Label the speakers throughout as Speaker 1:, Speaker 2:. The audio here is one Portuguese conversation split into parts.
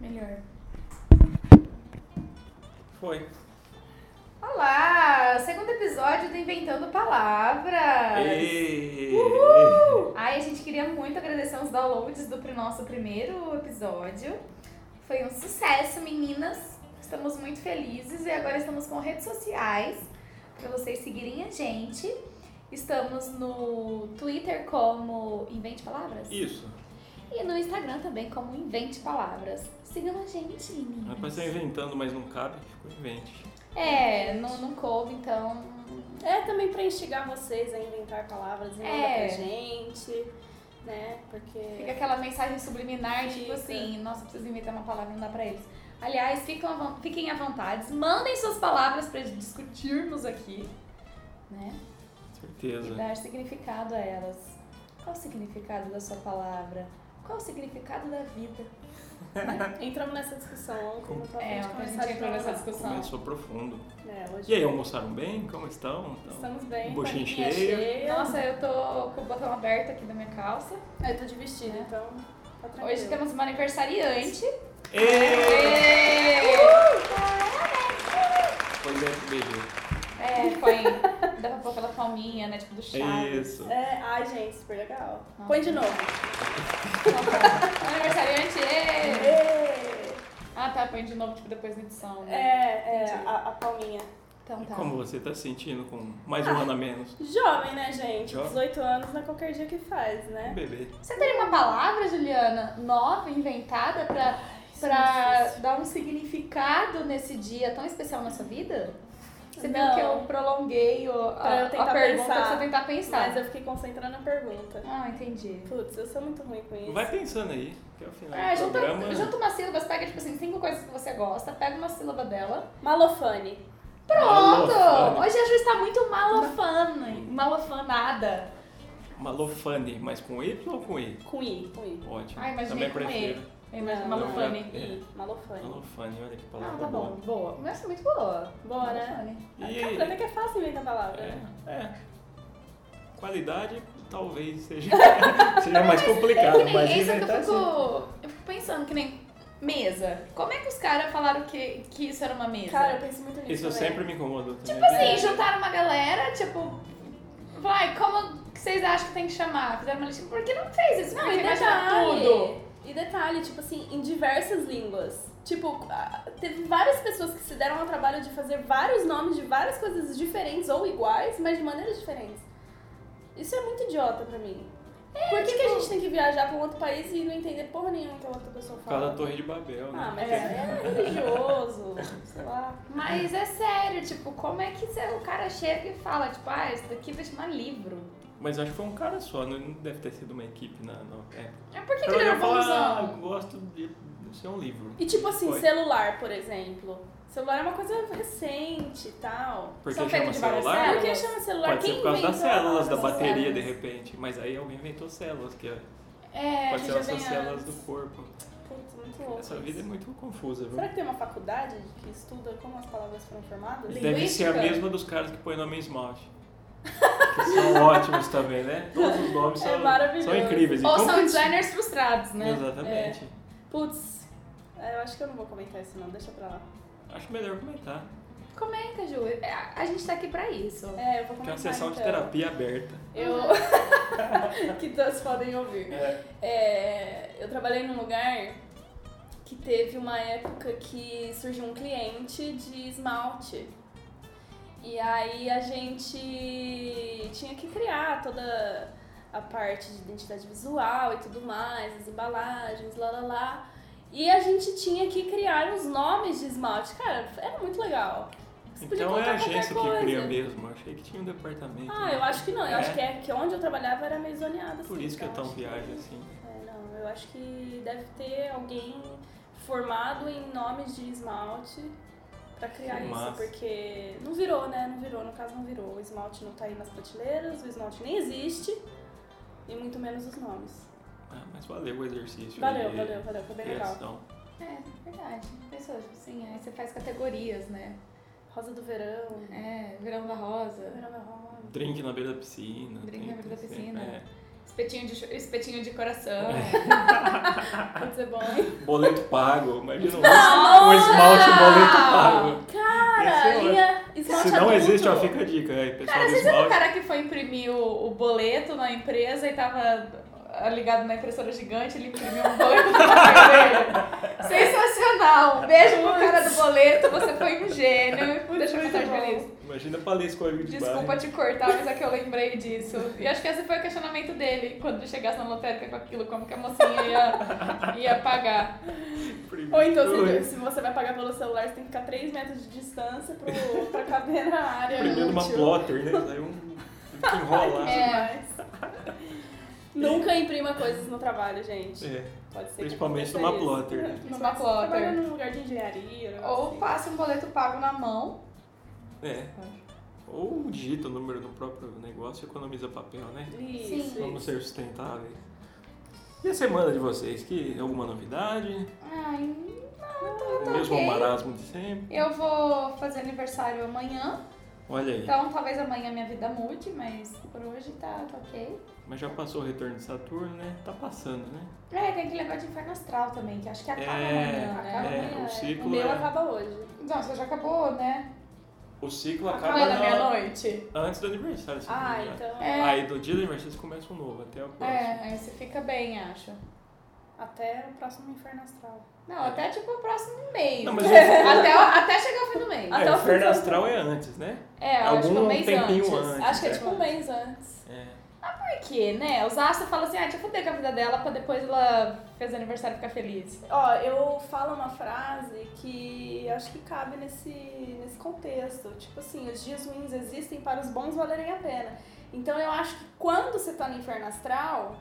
Speaker 1: melhor.
Speaker 2: Foi.
Speaker 1: Olá! Segundo episódio do Inventando Palavras!
Speaker 2: E...
Speaker 1: Ai, a gente queria muito agradecer os downloads do pri- nosso primeiro episódio. Foi um sucesso, meninas. Estamos muito felizes e agora estamos com redes sociais para vocês seguirem a gente. Estamos no Twitter como Invente Palavras
Speaker 2: Isso.
Speaker 1: e no Instagram também como Invente Palavras. Sigam a gente, meninas.
Speaker 2: Rapaz, tá inventando, mas não cabe. Ficou invente.
Speaker 1: É, não, não coube, então.
Speaker 3: É também pra instigar vocês a inventar palavras e mandar
Speaker 1: É.
Speaker 3: pra gente, né? Porque.
Speaker 2: É.
Speaker 1: Fica aquela mensagem subliminar, tipo
Speaker 3: Fica.
Speaker 1: assim, nossa, preciso inventar uma palavra e não dá pra eles. Aliás, ficam à von- fiquem à vontade, mandem suas palavras pra discutirmos aqui, né? E
Speaker 2: Certeza.
Speaker 1: dar significado a elas. Qual o significado da sua palavra? Qual o significado da vida?
Speaker 3: Entramos nessa discussão como pra
Speaker 1: É,
Speaker 3: gente
Speaker 1: ontem a
Speaker 3: começar
Speaker 1: gente entrou
Speaker 3: de novo.
Speaker 1: nessa discussão.
Speaker 2: Começou profundo.
Speaker 3: É, hoje
Speaker 2: E aí, almoçaram bem? Como estão? Então,
Speaker 3: Estamos bem,
Speaker 2: Buchinha
Speaker 3: barriguinha cheia.
Speaker 2: cheia.
Speaker 1: Nossa, eu tô com o botão aberto aqui da minha calça.
Speaker 3: eu tô de vestido,
Speaker 1: É.
Speaker 3: então tá tranquilo.
Speaker 1: Hoje temos uma aniversariante.
Speaker 2: Ê!
Speaker 1: Ê!
Speaker 2: Foi bem que beijou.
Speaker 1: É, põe. Dá pra pôr aquela palminha, né? Tipo do chá.
Speaker 2: Isso.
Speaker 3: É, ai, gente, super legal.
Speaker 1: Nossa.
Speaker 3: Põe de novo.
Speaker 1: Aniversariante! ê!
Speaker 3: Ê!
Speaker 1: Ah, tá, põe de novo, tipo, depois da edição, né?
Speaker 3: É, é
Speaker 1: Entendi.
Speaker 3: a, a palminha.
Speaker 1: Então Ah. tá.
Speaker 2: Como você tá se sentindo com mais um ano a menos?
Speaker 3: Jovem, né, gente?
Speaker 2: Jovem.
Speaker 3: 18 anos não é qualquer dia que faz,
Speaker 2: Um
Speaker 3: né?
Speaker 2: bebê.
Speaker 1: Você teria uma palavra, Juliana, nova, inventada pra,
Speaker 3: Isso é
Speaker 1: pra
Speaker 3: difícil.
Speaker 1: dar um significado nesse dia tão especial na sua vida? Você viu
Speaker 3: Não.
Speaker 1: que eu prolonguei o, a,
Speaker 3: Pra eu
Speaker 1: a
Speaker 3: tentar
Speaker 1: pergunta
Speaker 3: pensar.
Speaker 1: pra você tentar pensar.
Speaker 3: Mas eu fiquei concentrando na pergunta.
Speaker 1: Ah, entendi.
Speaker 3: Putz, eu sou muito ruim com isso.
Speaker 2: Vai pensando aí, que é o final
Speaker 1: É,
Speaker 2: do
Speaker 1: junta,
Speaker 2: programa.
Speaker 1: junta umas sílabas, pega, tipo assim, cinco coisas que você gosta, pega uma sílaba dela.
Speaker 3: Malofane.
Speaker 2: Tá
Speaker 1: Pronto!
Speaker 2: Malofane.
Speaker 1: Hoje a Ju está
Speaker 3: Tá
Speaker 1: muito malofana, malofanada.
Speaker 2: Malofane, mas com Y ou com E?
Speaker 3: Com I, com I.
Speaker 2: Ótimo.
Speaker 1: Ai, imaginei
Speaker 2: Também
Speaker 1: com E.
Speaker 2: prefiro.
Speaker 1: Eu imagino
Speaker 3: Não,
Speaker 1: malofane.
Speaker 2: É.
Speaker 3: I, Malofane.
Speaker 2: Malofane, olha que
Speaker 1: Ah,
Speaker 2: palavra
Speaker 1: tá
Speaker 2: boa.
Speaker 1: bom. Tá Boa. Nossa, muito boa. é
Speaker 3: Boa, né?
Speaker 1: Malofane.
Speaker 2: E
Speaker 3: Cara, até que é fácil inventar palavra. né?
Speaker 2: É, é. Qualidade talvez seja, seja mais complicado,
Speaker 1: Que nem-
Speaker 2: mas
Speaker 1: é isso que eu
Speaker 2: inventar
Speaker 1: fico,
Speaker 2: assim.
Speaker 1: eu fico pensando, que nem mesa. Como é que os caras falaram que, que isso era uma mesa?
Speaker 3: Cara, eu penso muito nisso.
Speaker 2: É. Isso
Speaker 3: também.
Speaker 2: sempre me incomodou também.
Speaker 1: tipo assim, juntaram uma galera, tipo... Vai, como que vocês acham que tem que chamar? Fizeram uma listinha. Por que não fez isso?
Speaker 3: Não,
Speaker 1: Porque
Speaker 3: e
Speaker 1: imagina
Speaker 3: detalhe.
Speaker 1: tudo.
Speaker 3: E detalhe, tipo assim, em diversas línguas. Tipo, ah, teve várias pessoas que se deram ao trabalho de fazer vários nomes de várias coisas diferentes ou iguais, mas de maneiras diferentes. Isso é muito idiota pra mim. Por que, que a gente tem que viajar pra um outro país e não entender porra nenhuma que a outra pessoa
Speaker 2: Por causa da
Speaker 3: fala?
Speaker 2: Torre de Babel,
Speaker 3: Ah,
Speaker 2: né?
Speaker 3: mas
Speaker 1: É.
Speaker 3: é, religioso, sei lá.
Speaker 1: Mas é sério, tipo, como é que cê- o cara chega e fala, tipo, ah, isso daqui vai chamar livro?
Speaker 2: Mas acho que foi um cara só, não- não deve ter sido uma equipe na, na época.
Speaker 1: É por que, que
Speaker 2: Ela
Speaker 1: ele
Speaker 2: ia
Speaker 1: não
Speaker 2: falar,
Speaker 1: vai
Speaker 2: ah,
Speaker 1: usar?
Speaker 2: gosto de de ser um livro.
Speaker 3: E tipo assim,
Speaker 2: Foi.
Speaker 1: é
Speaker 3: celular, por exemplo. Celular é uma coisa recente e tal.
Speaker 2: Porque
Speaker 1: São
Speaker 2: chama
Speaker 1: feitos de várias
Speaker 2: celular?
Speaker 1: células.
Speaker 3: Por que chama celular?
Speaker 2: Pode ser
Speaker 3: Quem
Speaker 2: por causa das
Speaker 3: inventou
Speaker 2: células, da
Speaker 3: essas
Speaker 2: bateria de
Speaker 3: células?
Speaker 2: repente. Mas aí alguém inventou células, que é-
Speaker 1: É,
Speaker 2: pode
Speaker 1: que
Speaker 2: ser
Speaker 1: já
Speaker 2: as
Speaker 1: vem
Speaker 2: suas
Speaker 1: a-
Speaker 2: células do corpo.
Speaker 3: Putz, muito louco.
Speaker 2: Essa vida é
Speaker 3: isso.
Speaker 2: muito confusa, viu?
Speaker 3: Será que tem uma faculdade que estuda como as palavras foram formadas?
Speaker 2: Deve ser a
Speaker 1: Linguística?
Speaker 2: mesma dos caras que põem nome em esmalte. Que são ótimos também, né? Todos os nomes
Speaker 3: É
Speaker 2: são,
Speaker 3: maravilhoso.
Speaker 2: são incríveis. E
Speaker 1: Ou
Speaker 2: como
Speaker 1: são
Speaker 2: que-
Speaker 1: designers frustrados, né?
Speaker 2: Exatamente.
Speaker 3: Putz, é, eu acho que eu não vou comentar isso não, deixa pra lá.
Speaker 2: Acho melhor comentar.
Speaker 1: Comenta, Ju. É, A gente tá aqui pra isso.
Speaker 3: É, eu vou
Speaker 2: Tem
Speaker 3: comentar
Speaker 2: uma sessão
Speaker 3: então.
Speaker 2: de terapia aberta.
Speaker 3: Eu... que todos podem ouvir.
Speaker 2: É.
Speaker 3: É, eu trabalhei num lugar que teve uma época que surgiu um cliente de esmalte. E aí a gente tinha que criar toda a parte de identidade visual e tudo mais, as embalagens, lá lá lá. E a gente tinha que criar os nomes de esmalte. Cara, era muito legal. Você podia
Speaker 2: Então é a
Speaker 3: colocar qualquer
Speaker 2: agência que
Speaker 3: coisa.
Speaker 2: cria mesmo. Achei que tinha um departamento.
Speaker 3: Ah,
Speaker 2: né?
Speaker 3: eu acho que não. Eu
Speaker 2: É?
Speaker 3: acho que, é, que onde eu trabalhava era meio zoneado.
Speaker 2: Por
Speaker 3: assim,
Speaker 2: isso que é
Speaker 3: então
Speaker 2: tão
Speaker 3: acho
Speaker 2: viagem assim.
Speaker 3: É, não, eu acho que deve ter alguém formado em nomes de esmalte pra criar
Speaker 2: Que
Speaker 3: isso,
Speaker 2: massa.
Speaker 3: porque não virou, né? Não virou, no caso não virou. O esmalte não tá aí nas prateleiras, o esmalte nem existe, e muito menos os nomes.
Speaker 2: Ah, mas valeu o exercício.
Speaker 3: Valeu,
Speaker 2: aí,
Speaker 3: valeu, valeu, foi bem legal.
Speaker 2: criação.
Speaker 1: É, verdade. Pessoas, tipo assim, aí você faz categorias, né?
Speaker 3: Rosa do verão,
Speaker 1: É, verão da rosa.
Speaker 3: verão da rosa.
Speaker 2: Drink na beira da piscina.
Speaker 1: Drink
Speaker 2: tem-
Speaker 1: na beira da
Speaker 2: tem-
Speaker 1: piscina.
Speaker 2: É.
Speaker 1: Espetinho de, cho- espetinho de coração.
Speaker 3: Pode ser bom, hein?
Speaker 2: Boleto pago. Imagina um,
Speaker 3: Nossa!
Speaker 2: um esmalte boleto pago.
Speaker 3: Cara,
Speaker 2: Esse é
Speaker 3: linha esmalte
Speaker 2: Se não
Speaker 3: adulto.
Speaker 2: existe, ó, fica a dica aí, pessoal
Speaker 1: tá Cara,
Speaker 2: do
Speaker 1: vocês viram o
Speaker 2: esmalte.
Speaker 1: cara que foi imprimir o, o boleto na empresa e tava ah, ligado na impressora gigante, ele imprimiu um boleto na vermelha. Sensacional! Um Beijo pro cara do boleto, você foi um gênio. Deixa eu ficar
Speaker 3: bom.
Speaker 1: feliz.
Speaker 2: Imagina falei esse código de
Speaker 1: Desculpa
Speaker 2: barra.
Speaker 1: te cortar, mas é que eu lembrei disso. E acho que esse foi o questionamento dele quando chegasse na lotérica com aquilo, como que a mocinha ia, ia pagar.
Speaker 2: Primeiro.
Speaker 3: Ou então, se, se você vai pagar pelo celular, você tem que ficar 3 metros de distância pro, pra caber na área.
Speaker 2: Primeiro uma
Speaker 3: útil.
Speaker 2: plotter, né? Aí um fica enrolado.
Speaker 1: É.
Speaker 3: Nunca imprima coisas no trabalho, gente.
Speaker 2: É,
Speaker 3: Pode ser
Speaker 2: Principalmente
Speaker 3: que
Speaker 2: numa
Speaker 3: aconteça isso.
Speaker 2: plotter, né?
Speaker 3: Você
Speaker 1: Numa plotter.
Speaker 3: Trabalha num lugar de engenharia. né?
Speaker 1: Ou passe um boleto pago na mão.
Speaker 2: é. Ou digita o número no próprio negócio e economiza papel, né?
Speaker 3: Isso,
Speaker 1: Sim.
Speaker 3: assim? isso.
Speaker 2: Vamos ser sustentáveis. E a semana de vocês? Que alguma novidade?
Speaker 1: Ai, não,
Speaker 2: O
Speaker 1: tô, tô
Speaker 2: É mesmo
Speaker 1: ok.
Speaker 2: marasmo de sempre?
Speaker 1: Eu vou fazer aniversário amanhã,
Speaker 2: Olha aí.
Speaker 1: então talvez amanhã minha vida mude, mas por hoje tá, tá ok.
Speaker 2: Mas já passou o retorno de Saturno, né? Tá passando, né?
Speaker 1: É, tem aquele negócio de inferno astral também, que acho que acaba
Speaker 2: É,
Speaker 1: amanhã, né?
Speaker 3: Acaba
Speaker 2: é,
Speaker 3: amanhã,
Speaker 2: o
Speaker 3: é.
Speaker 2: ciclo
Speaker 3: O meu
Speaker 2: é-
Speaker 3: acaba hoje.
Speaker 1: Não, você já acabou, né?
Speaker 2: O ciclo acaba
Speaker 1: Acabou né,
Speaker 2: na-
Speaker 1: da meia-noite.
Speaker 2: antes do aniversário. se não me
Speaker 3: Ah,
Speaker 2: engano.
Speaker 3: então.
Speaker 1: É.
Speaker 2: Aí do dia do aniversário você começa um novo, até o próximo.
Speaker 1: É, aí você fica bem, acho.
Speaker 3: Até o próximo inferno astral.
Speaker 1: Não, até tipo o próximo mês.
Speaker 2: Não, mas
Speaker 1: até, até chegar o fim do mês.
Speaker 3: Ah,
Speaker 2: é,
Speaker 3: Até o
Speaker 2: o
Speaker 3: fim
Speaker 2: inferno
Speaker 3: do-
Speaker 2: astral é antes, né?
Speaker 1: É, eu acho que um
Speaker 2: Algum
Speaker 1: mês
Speaker 2: tempinho
Speaker 1: antes.
Speaker 2: antes.
Speaker 3: Acho que é
Speaker 2: né?
Speaker 3: tipo um mês antes.
Speaker 2: É.
Speaker 1: Por quê, né? Os astros falam assim, ah, deixa eu foder com a vida dela pra depois ela fez aniversário e ficar feliz.
Speaker 3: Ó, eu falo uma frase que acho que cabe nesse, nesse contexto. Tipo assim, os dias ruins existem para os bons valerem a pena. Então eu acho que quando você tá no inferno astral,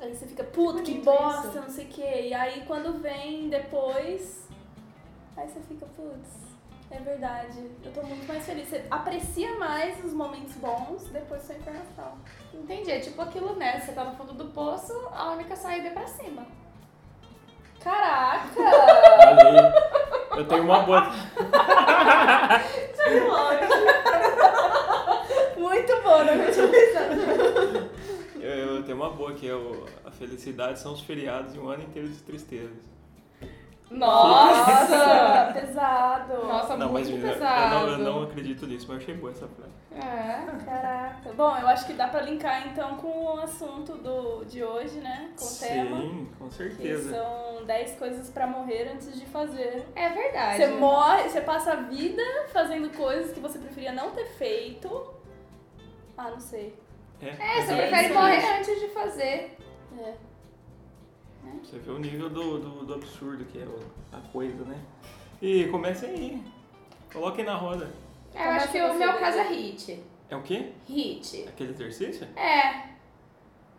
Speaker 3: aí você fica, puta, que
Speaker 1: Bonito
Speaker 3: bosta,
Speaker 1: isso.
Speaker 3: não sei o quê. E aí quando vem depois, aí você fica, putz. É verdade, eu tô muito mais feliz. Você aprecia mais os momentos bons depois do seu inferno astral.
Speaker 1: Entendi, é tipo aquilo, né? Você tá no fundo do poço, a única saída é pra cima.
Speaker 3: Caraca!
Speaker 2: Olha aí. Eu tenho uma boa.
Speaker 3: Muito bom, não me tinha pensado.
Speaker 2: Eu, eu tenho uma boa que é o, a felicidade são os feriados e um ano inteiro de tristezas.
Speaker 1: Nossa!
Speaker 3: Tá pesado.
Speaker 1: Nossa,
Speaker 2: não, mas
Speaker 1: Tá muito
Speaker 2: eu, eu
Speaker 1: pesado.
Speaker 2: não, eu não acredito nisso, mas eu achei boa essa frase.
Speaker 1: É.
Speaker 3: Caraca. Bom, eu acho que dá pra linkar então com o assunto do, de hoje, né? Com o tema.
Speaker 2: Sim, com
Speaker 3: Que
Speaker 2: certeza.
Speaker 3: são 10 coisas pra morrer antes de fazer.
Speaker 1: É verdade.
Speaker 3: Você morre, você passa a vida fazendo coisas que você preferia não ter feito. Ah, não sei.
Speaker 1: É, você
Speaker 2: mas
Speaker 3: É
Speaker 1: prefere
Speaker 3: isso
Speaker 1: morrer
Speaker 3: mesmo.
Speaker 1: antes de fazer.
Speaker 3: É.
Speaker 2: Você vê o nível do, do, do absurdo que é o- a coisa, né? E comecem aí. Coloquem na roda.
Speaker 1: É, Eu acho que o
Speaker 3: Começa
Speaker 1: meu
Speaker 3: você.
Speaker 1: caso é hit.
Speaker 2: É o quê?
Speaker 1: Hit.
Speaker 2: Aquele exercício?
Speaker 1: É,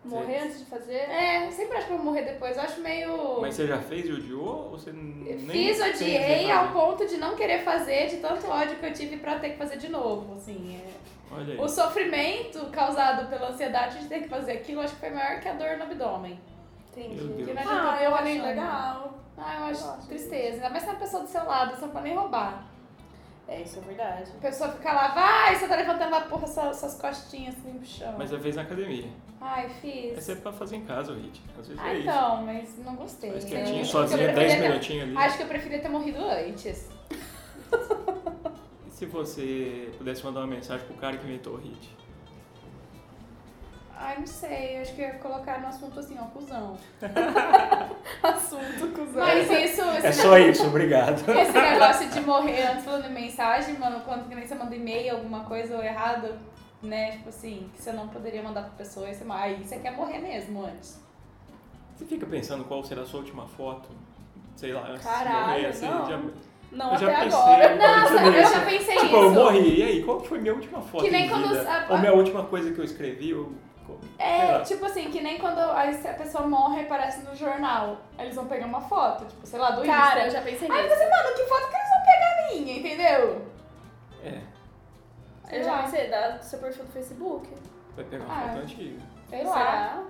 Speaker 3: Morrer antes de fazer?
Speaker 1: é, sempre acho que eu vou morrer depois. Eu acho meio.
Speaker 2: Mas você já fez e odiou? Ou você nem
Speaker 1: Fiz,
Speaker 2: pensa em
Speaker 1: odiei
Speaker 2: fazer?
Speaker 1: ao ponto de não querer fazer, de tanto ódio que eu tive pra ter que fazer de novo, assim. é.
Speaker 2: Olha aí.
Speaker 1: O sofrimento causado pela ansiedade de ter que fazer aquilo, acho que foi maior que a dor no abdômen.
Speaker 2: Meu Deus.
Speaker 3: Entendi.
Speaker 2: Que
Speaker 1: não adianta
Speaker 3: Ah, eu
Speaker 1: porra
Speaker 3: achei
Speaker 1: nenhuma.
Speaker 3: legal.
Speaker 1: Ah, eu acho
Speaker 3: Eu acho
Speaker 1: tristeza. Ainda mais se é uma pessoa do seu lado, você não pode nem roubar.
Speaker 3: É, isso é verdade.
Speaker 1: A pessoa fica lá, vai, você tá levantando a porra, sua- suas costinhas assim pro chão.
Speaker 2: Mas eu fiz na academia.
Speaker 1: Ai, fiz.
Speaker 2: Essa é pra fazer em casa, o hit. Às vezes
Speaker 1: Ah,
Speaker 2: é isso.
Speaker 1: então, mas não gostei.
Speaker 2: Faz
Speaker 1: Eu
Speaker 2: quietinho,
Speaker 1: acho que
Speaker 2: sozinha,
Speaker 1: eu
Speaker 2: 10
Speaker 1: preferia ter-
Speaker 2: minutinhos ali.
Speaker 1: Acho que eu preferia ter morrido antes.
Speaker 2: E se você pudesse mandar uma mensagem pro cara que inventou o hit?
Speaker 1: Ai, não sei, acho que eu ia colocar no assunto assim, ó, cuzão.
Speaker 3: Assunto, cuzão.
Speaker 1: Mas isso, esse
Speaker 2: É só isso, obrigado.
Speaker 1: Esse negócio de morrer antes falando em mensagem, mano, quando que nem você manda e-mail, alguma coisa ou errado, né? Tipo assim, que você não poderia mandar pra pessoa, aí você, aí você quer morrer mesmo antes.
Speaker 2: Você fica pensando qual será a sua última foto? Sei lá, antes de
Speaker 3: Caralho,
Speaker 2: morrer, assim,
Speaker 3: não.
Speaker 2: já-
Speaker 3: Não,
Speaker 2: Eu já
Speaker 3: até
Speaker 2: pensei.
Speaker 3: agora.
Speaker 1: Nossa, eu já
Speaker 2: Tipo,
Speaker 1: pensei
Speaker 2: Tipo,
Speaker 1: isso.
Speaker 2: eu morri, e aí? Qual foi minha última foto?
Speaker 1: Que nem
Speaker 2: em
Speaker 1: quando
Speaker 2: vida?
Speaker 1: a-
Speaker 2: Ou minha última coisa que eu escrevi? Ou... sei
Speaker 1: É,
Speaker 2: lá.
Speaker 1: tipo assim, que nem quando a a pessoa morre aparece no jornal. Aí Eles vão pegar uma foto, tipo, sei lá, do
Speaker 3: Cara, eu
Speaker 1: Insta.
Speaker 3: já pensei
Speaker 1: Aí
Speaker 3: nisso.
Speaker 1: você, mano, que foto que eles vão pegar minha, entendeu?
Speaker 2: É,
Speaker 3: Eu já pensei da- do
Speaker 2: um
Speaker 3: seu perfil do Facebook.
Speaker 2: vai pegar uma
Speaker 1: Ah.
Speaker 2: foto antiga.
Speaker 1: Sei lá.
Speaker 3: Será?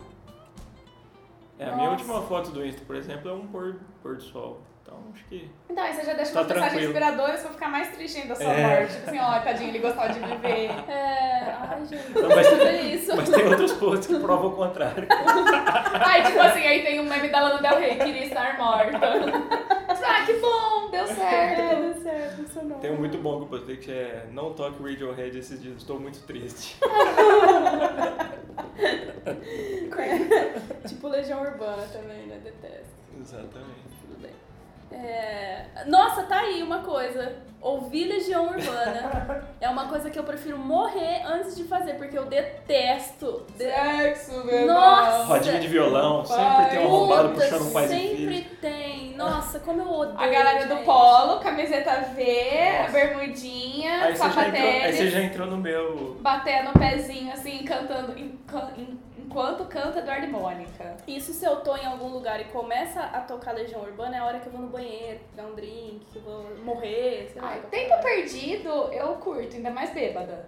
Speaker 2: É, a minha
Speaker 1: Nossa.
Speaker 2: última foto do Insta, por exemplo, é um pôr, pôr do sol. Então acho que.
Speaker 1: Então, aí você já deixa
Speaker 2: Tá
Speaker 1: umas mensagens
Speaker 2: tranquilo.
Speaker 1: inspiradoras pra ficar mais triste ainda da sua
Speaker 2: É.
Speaker 1: morte. Tipo assim, ó, tadinho, ele gostava de viver.
Speaker 3: É, ai, gente,
Speaker 2: Não, mas-
Speaker 3: tudo isso.
Speaker 2: Mas tem outros posts que provam o contrário.
Speaker 1: Ai, tipo assim, aí tem um meme da Lana Del Rey, queria estar morta. ah, que bom, É, deu certo.
Speaker 3: deu certo, funcionou.
Speaker 2: Tem um muito bom que eu postei que é Não toque Radiohead esses dias, estou muito triste.
Speaker 3: tipo Legião Urbana também, né? Detesto.
Speaker 2: Exatamente.
Speaker 3: Tudo bem. É, Nossa, tá aí uma coisa. Ouvir Legião Urbana é uma coisa que eu prefiro morrer antes de fazer, porque eu detesto. De-
Speaker 1: Sexo,
Speaker 3: Nossa!
Speaker 2: Rodinha de violão, sempre tem um arrombado
Speaker 3: Puta,
Speaker 2: puxando um pai de
Speaker 3: Sempre
Speaker 2: filho.
Speaker 3: tem. Nossa, como eu odeio.
Speaker 1: A galera do
Speaker 3: gente.
Speaker 1: polo, camiseta V,
Speaker 2: Nossa.
Speaker 1: bermudinha,
Speaker 2: Aí você, já entrou, aí você
Speaker 1: sapatênis,
Speaker 2: já entrou no meu.
Speaker 1: batendo o pezinho assim, cantando em- can- em- enquanto canta Eduardo e Mônica.
Speaker 3: Isso se eu tô em algum lugar e começa a tocar Legião Urbana, é a hora que eu vou no banheiro, dar um drink, que eu vou morrer, sei lá.
Speaker 1: Ai,
Speaker 3: qualquer
Speaker 1: tempo
Speaker 3: coisa.
Speaker 1: perdido eu curto, ainda mais bêbada.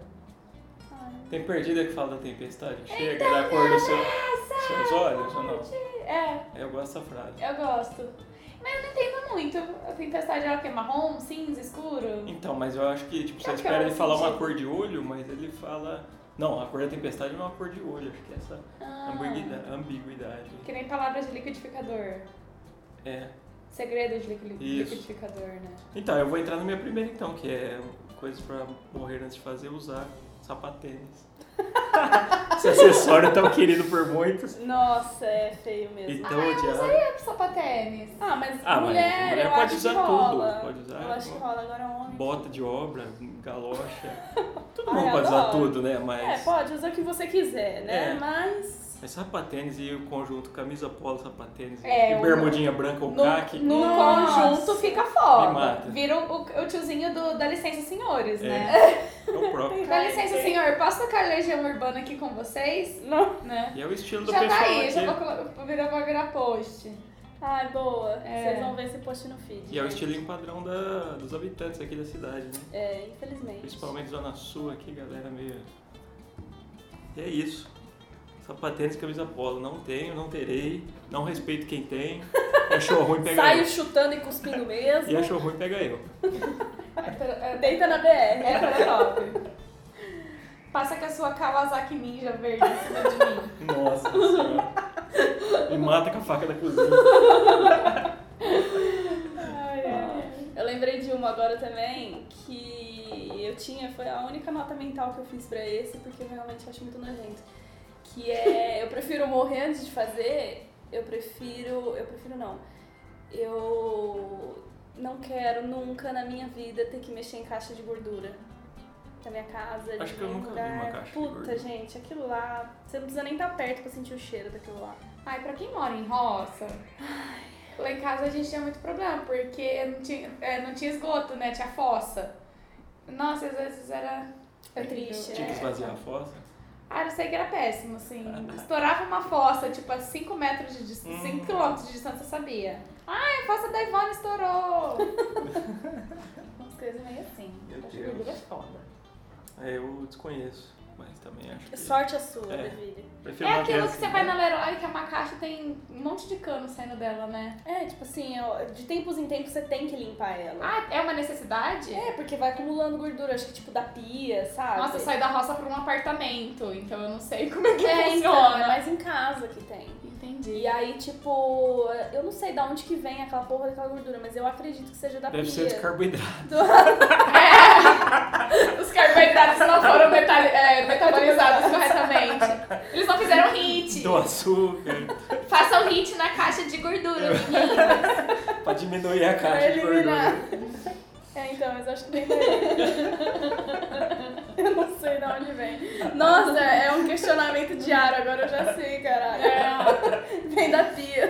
Speaker 3: Ai.
Speaker 2: Tem perdida que fala da tempestade, que chega
Speaker 1: Então,
Speaker 2: da cor dos seu, seus olhos ou não?
Speaker 1: É,
Speaker 2: Eu gosto dessa frase.
Speaker 1: eu gosto. Mas eu não entendo muito. A tempestade ela que é marrom, cinza, escuro.
Speaker 2: Então, mas eu acho que tipo, você
Speaker 1: Qual que é
Speaker 2: espera
Speaker 1: o
Speaker 2: ele falar uma
Speaker 1: sentido?
Speaker 2: cor de olho, mas ele fala. Não, a cor da tempestade não é uma cor de olho, acho que é essa
Speaker 1: Ah,
Speaker 2: ambiguidade. ambiguidade.
Speaker 1: que nem palavras de liquidificador.
Speaker 2: É.
Speaker 1: Segredo de liqui-
Speaker 2: Isso.
Speaker 1: liquidificador, né?
Speaker 2: Então, eu vou entrar na minha primeira então, que é coisas pra morrer antes de fazer, usar sapatênis. Esse acessório é tão querido por muitos.
Speaker 3: Nossa, é feio mesmo.
Speaker 2: Então,
Speaker 1: ah, eu
Speaker 2: odiado.
Speaker 1: usaria sapatênis.
Speaker 3: Ah, mas
Speaker 2: Ah, mas
Speaker 3: mulher,
Speaker 2: mulher
Speaker 3: eu
Speaker 2: pode
Speaker 3: acho
Speaker 2: usar
Speaker 3: que
Speaker 2: tudo,
Speaker 3: rola.
Speaker 2: pode usar,
Speaker 3: Eu acho que
Speaker 2: pô.
Speaker 3: rola agora um homem.
Speaker 2: Bota de obra, galocha. Todo
Speaker 3: Ai,
Speaker 2: mundo pode
Speaker 3: adoro.
Speaker 2: usar tudo, né? Mas,
Speaker 3: É, pode usar o que você quiser, né?
Speaker 2: É.
Speaker 3: Mas.
Speaker 2: mas sapatênis e o conjunto camisa polo, sapatênis
Speaker 1: É,
Speaker 2: e
Speaker 1: o-
Speaker 2: bermudinha branca ou É
Speaker 1: No,
Speaker 2: caqui.
Speaker 1: no
Speaker 3: Nossa.
Speaker 1: conjunto fica foda.
Speaker 2: Me mata.
Speaker 1: Vira
Speaker 3: um-
Speaker 1: o, o tiozinho do Dá licença, senhores,
Speaker 2: É.
Speaker 1: né?
Speaker 2: É o próprio.
Speaker 1: Dá licença,
Speaker 3: Ai,
Speaker 1: senhor, posso tocar Legião Urbana aqui com vocês?
Speaker 3: Não.
Speaker 1: Né?
Speaker 2: E é o estilo do
Speaker 1: Já tá
Speaker 2: pessoal
Speaker 1: aí, já vou,
Speaker 2: aqui.
Speaker 1: colo- virar, vou virar post.
Speaker 3: Ai, boa.
Speaker 1: É.
Speaker 3: Vocês vão ver esse post no feed.
Speaker 2: E é o
Speaker 3: né?
Speaker 2: estilinho padrão da- dos habitantes aqui da cidade, né?
Speaker 3: É, infelizmente.
Speaker 2: Principalmente Zona Sul aqui, galera, meio. E é isso. Sapatênis e camisa polo. Não tenho, não terei. Não respeito quem tem. E achou ruim, pega
Speaker 3: Saio
Speaker 2: eu.
Speaker 3: chutando e cuspindo mesmo.
Speaker 2: E
Speaker 1: né?
Speaker 2: achou ruim, pega eu.
Speaker 1: Hétero- é-
Speaker 3: Deita na BR.
Speaker 1: Heterotop. Passa com a sua Kawasaki Ninja verde em cima de mim.
Speaker 2: Nossa senhora. Me mata com a faca da cozinha.
Speaker 3: Ai, ai. Eu lembrei de uma agora também que eu tinha, foi a única nota mental que eu fiz pra esse, porque eu realmente acho muito nojento. Que é eu prefiro morrer antes de fazer, eu prefiro. Eu prefiro não. Eu não quero nunca na minha vida ter que mexer em caixa de gordura. Da minha casa, de
Speaker 2: Acho que eu
Speaker 3: nenhum
Speaker 2: nunca vi
Speaker 3: lugar.
Speaker 2: uma caixa de
Speaker 3: Puta,
Speaker 2: gordura.
Speaker 3: gente, aquilo lá. Você não precisa nem estar perto pra sentir o cheiro daquilo lá.
Speaker 1: Ai, pra quem mora em roça, lá em casa a gente tinha muito problema, porque não tinha, é, não tinha esgoto, né? Tinha fossa. Nossa, às vezes era.
Speaker 3: É triste,
Speaker 2: Tinha que
Speaker 3: né?
Speaker 2: esvaziar a fossa.
Speaker 1: Ah, eu sei que era péssimo, assim. Estourava uma fossa, tipo, a 5 metros de distância, 5
Speaker 2: Hum.
Speaker 1: quilômetros de distância, eu sabia. Ai, a fossa da Ivone estourou! Umas coisas meio assim.
Speaker 2: Meu
Speaker 1: Acho que
Speaker 2: Deus.
Speaker 1: gordura é foda.
Speaker 2: É, eu desconheço. Mas também acho que.
Speaker 3: Sorte a sua,
Speaker 2: É.
Speaker 3: Deville.
Speaker 2: Prefiro
Speaker 1: É
Speaker 2: manter
Speaker 1: aquilo que
Speaker 2: assim,
Speaker 1: você vai
Speaker 2: né?
Speaker 1: na Leroy que é uma caixa tem um monte de cano saindo dela, né?
Speaker 3: É, tipo assim, ó, de tempos em tempos você tem que limpar ela.
Speaker 1: Ah, é uma necessidade?
Speaker 3: É, porque vai acumulando gordura, acho que tipo da pia, sabe?
Speaker 1: Nossa, eu saí da roça pra um apartamento, então eu não sei como é que
Speaker 3: é, então, é
Speaker 1: funciona.
Speaker 3: mais em casa que tem.
Speaker 1: Entendi.
Speaker 3: E aí, tipo, eu não sei da onde que vem aquela porra daquela gordura, mas eu acredito que seja da
Speaker 2: Deve
Speaker 3: pia.
Speaker 2: ser dos carboidratos.
Speaker 1: É. Os carboidratos não foram metali- é, metabolizados corretamente. Eles não fizeram hit.
Speaker 2: Do açúcar.
Speaker 1: Façam hit na caixa de gordura, menino.
Speaker 2: pra diminuir a
Speaker 3: Pra
Speaker 2: caixa de
Speaker 3: eliminar.
Speaker 2: gordura.
Speaker 3: É, então, mas eu acho que vem daí. eu não sei da onde vem. Nossa, é um questionamento diário, agora eu já sei, caralho.
Speaker 1: É,
Speaker 3: Vem da pia.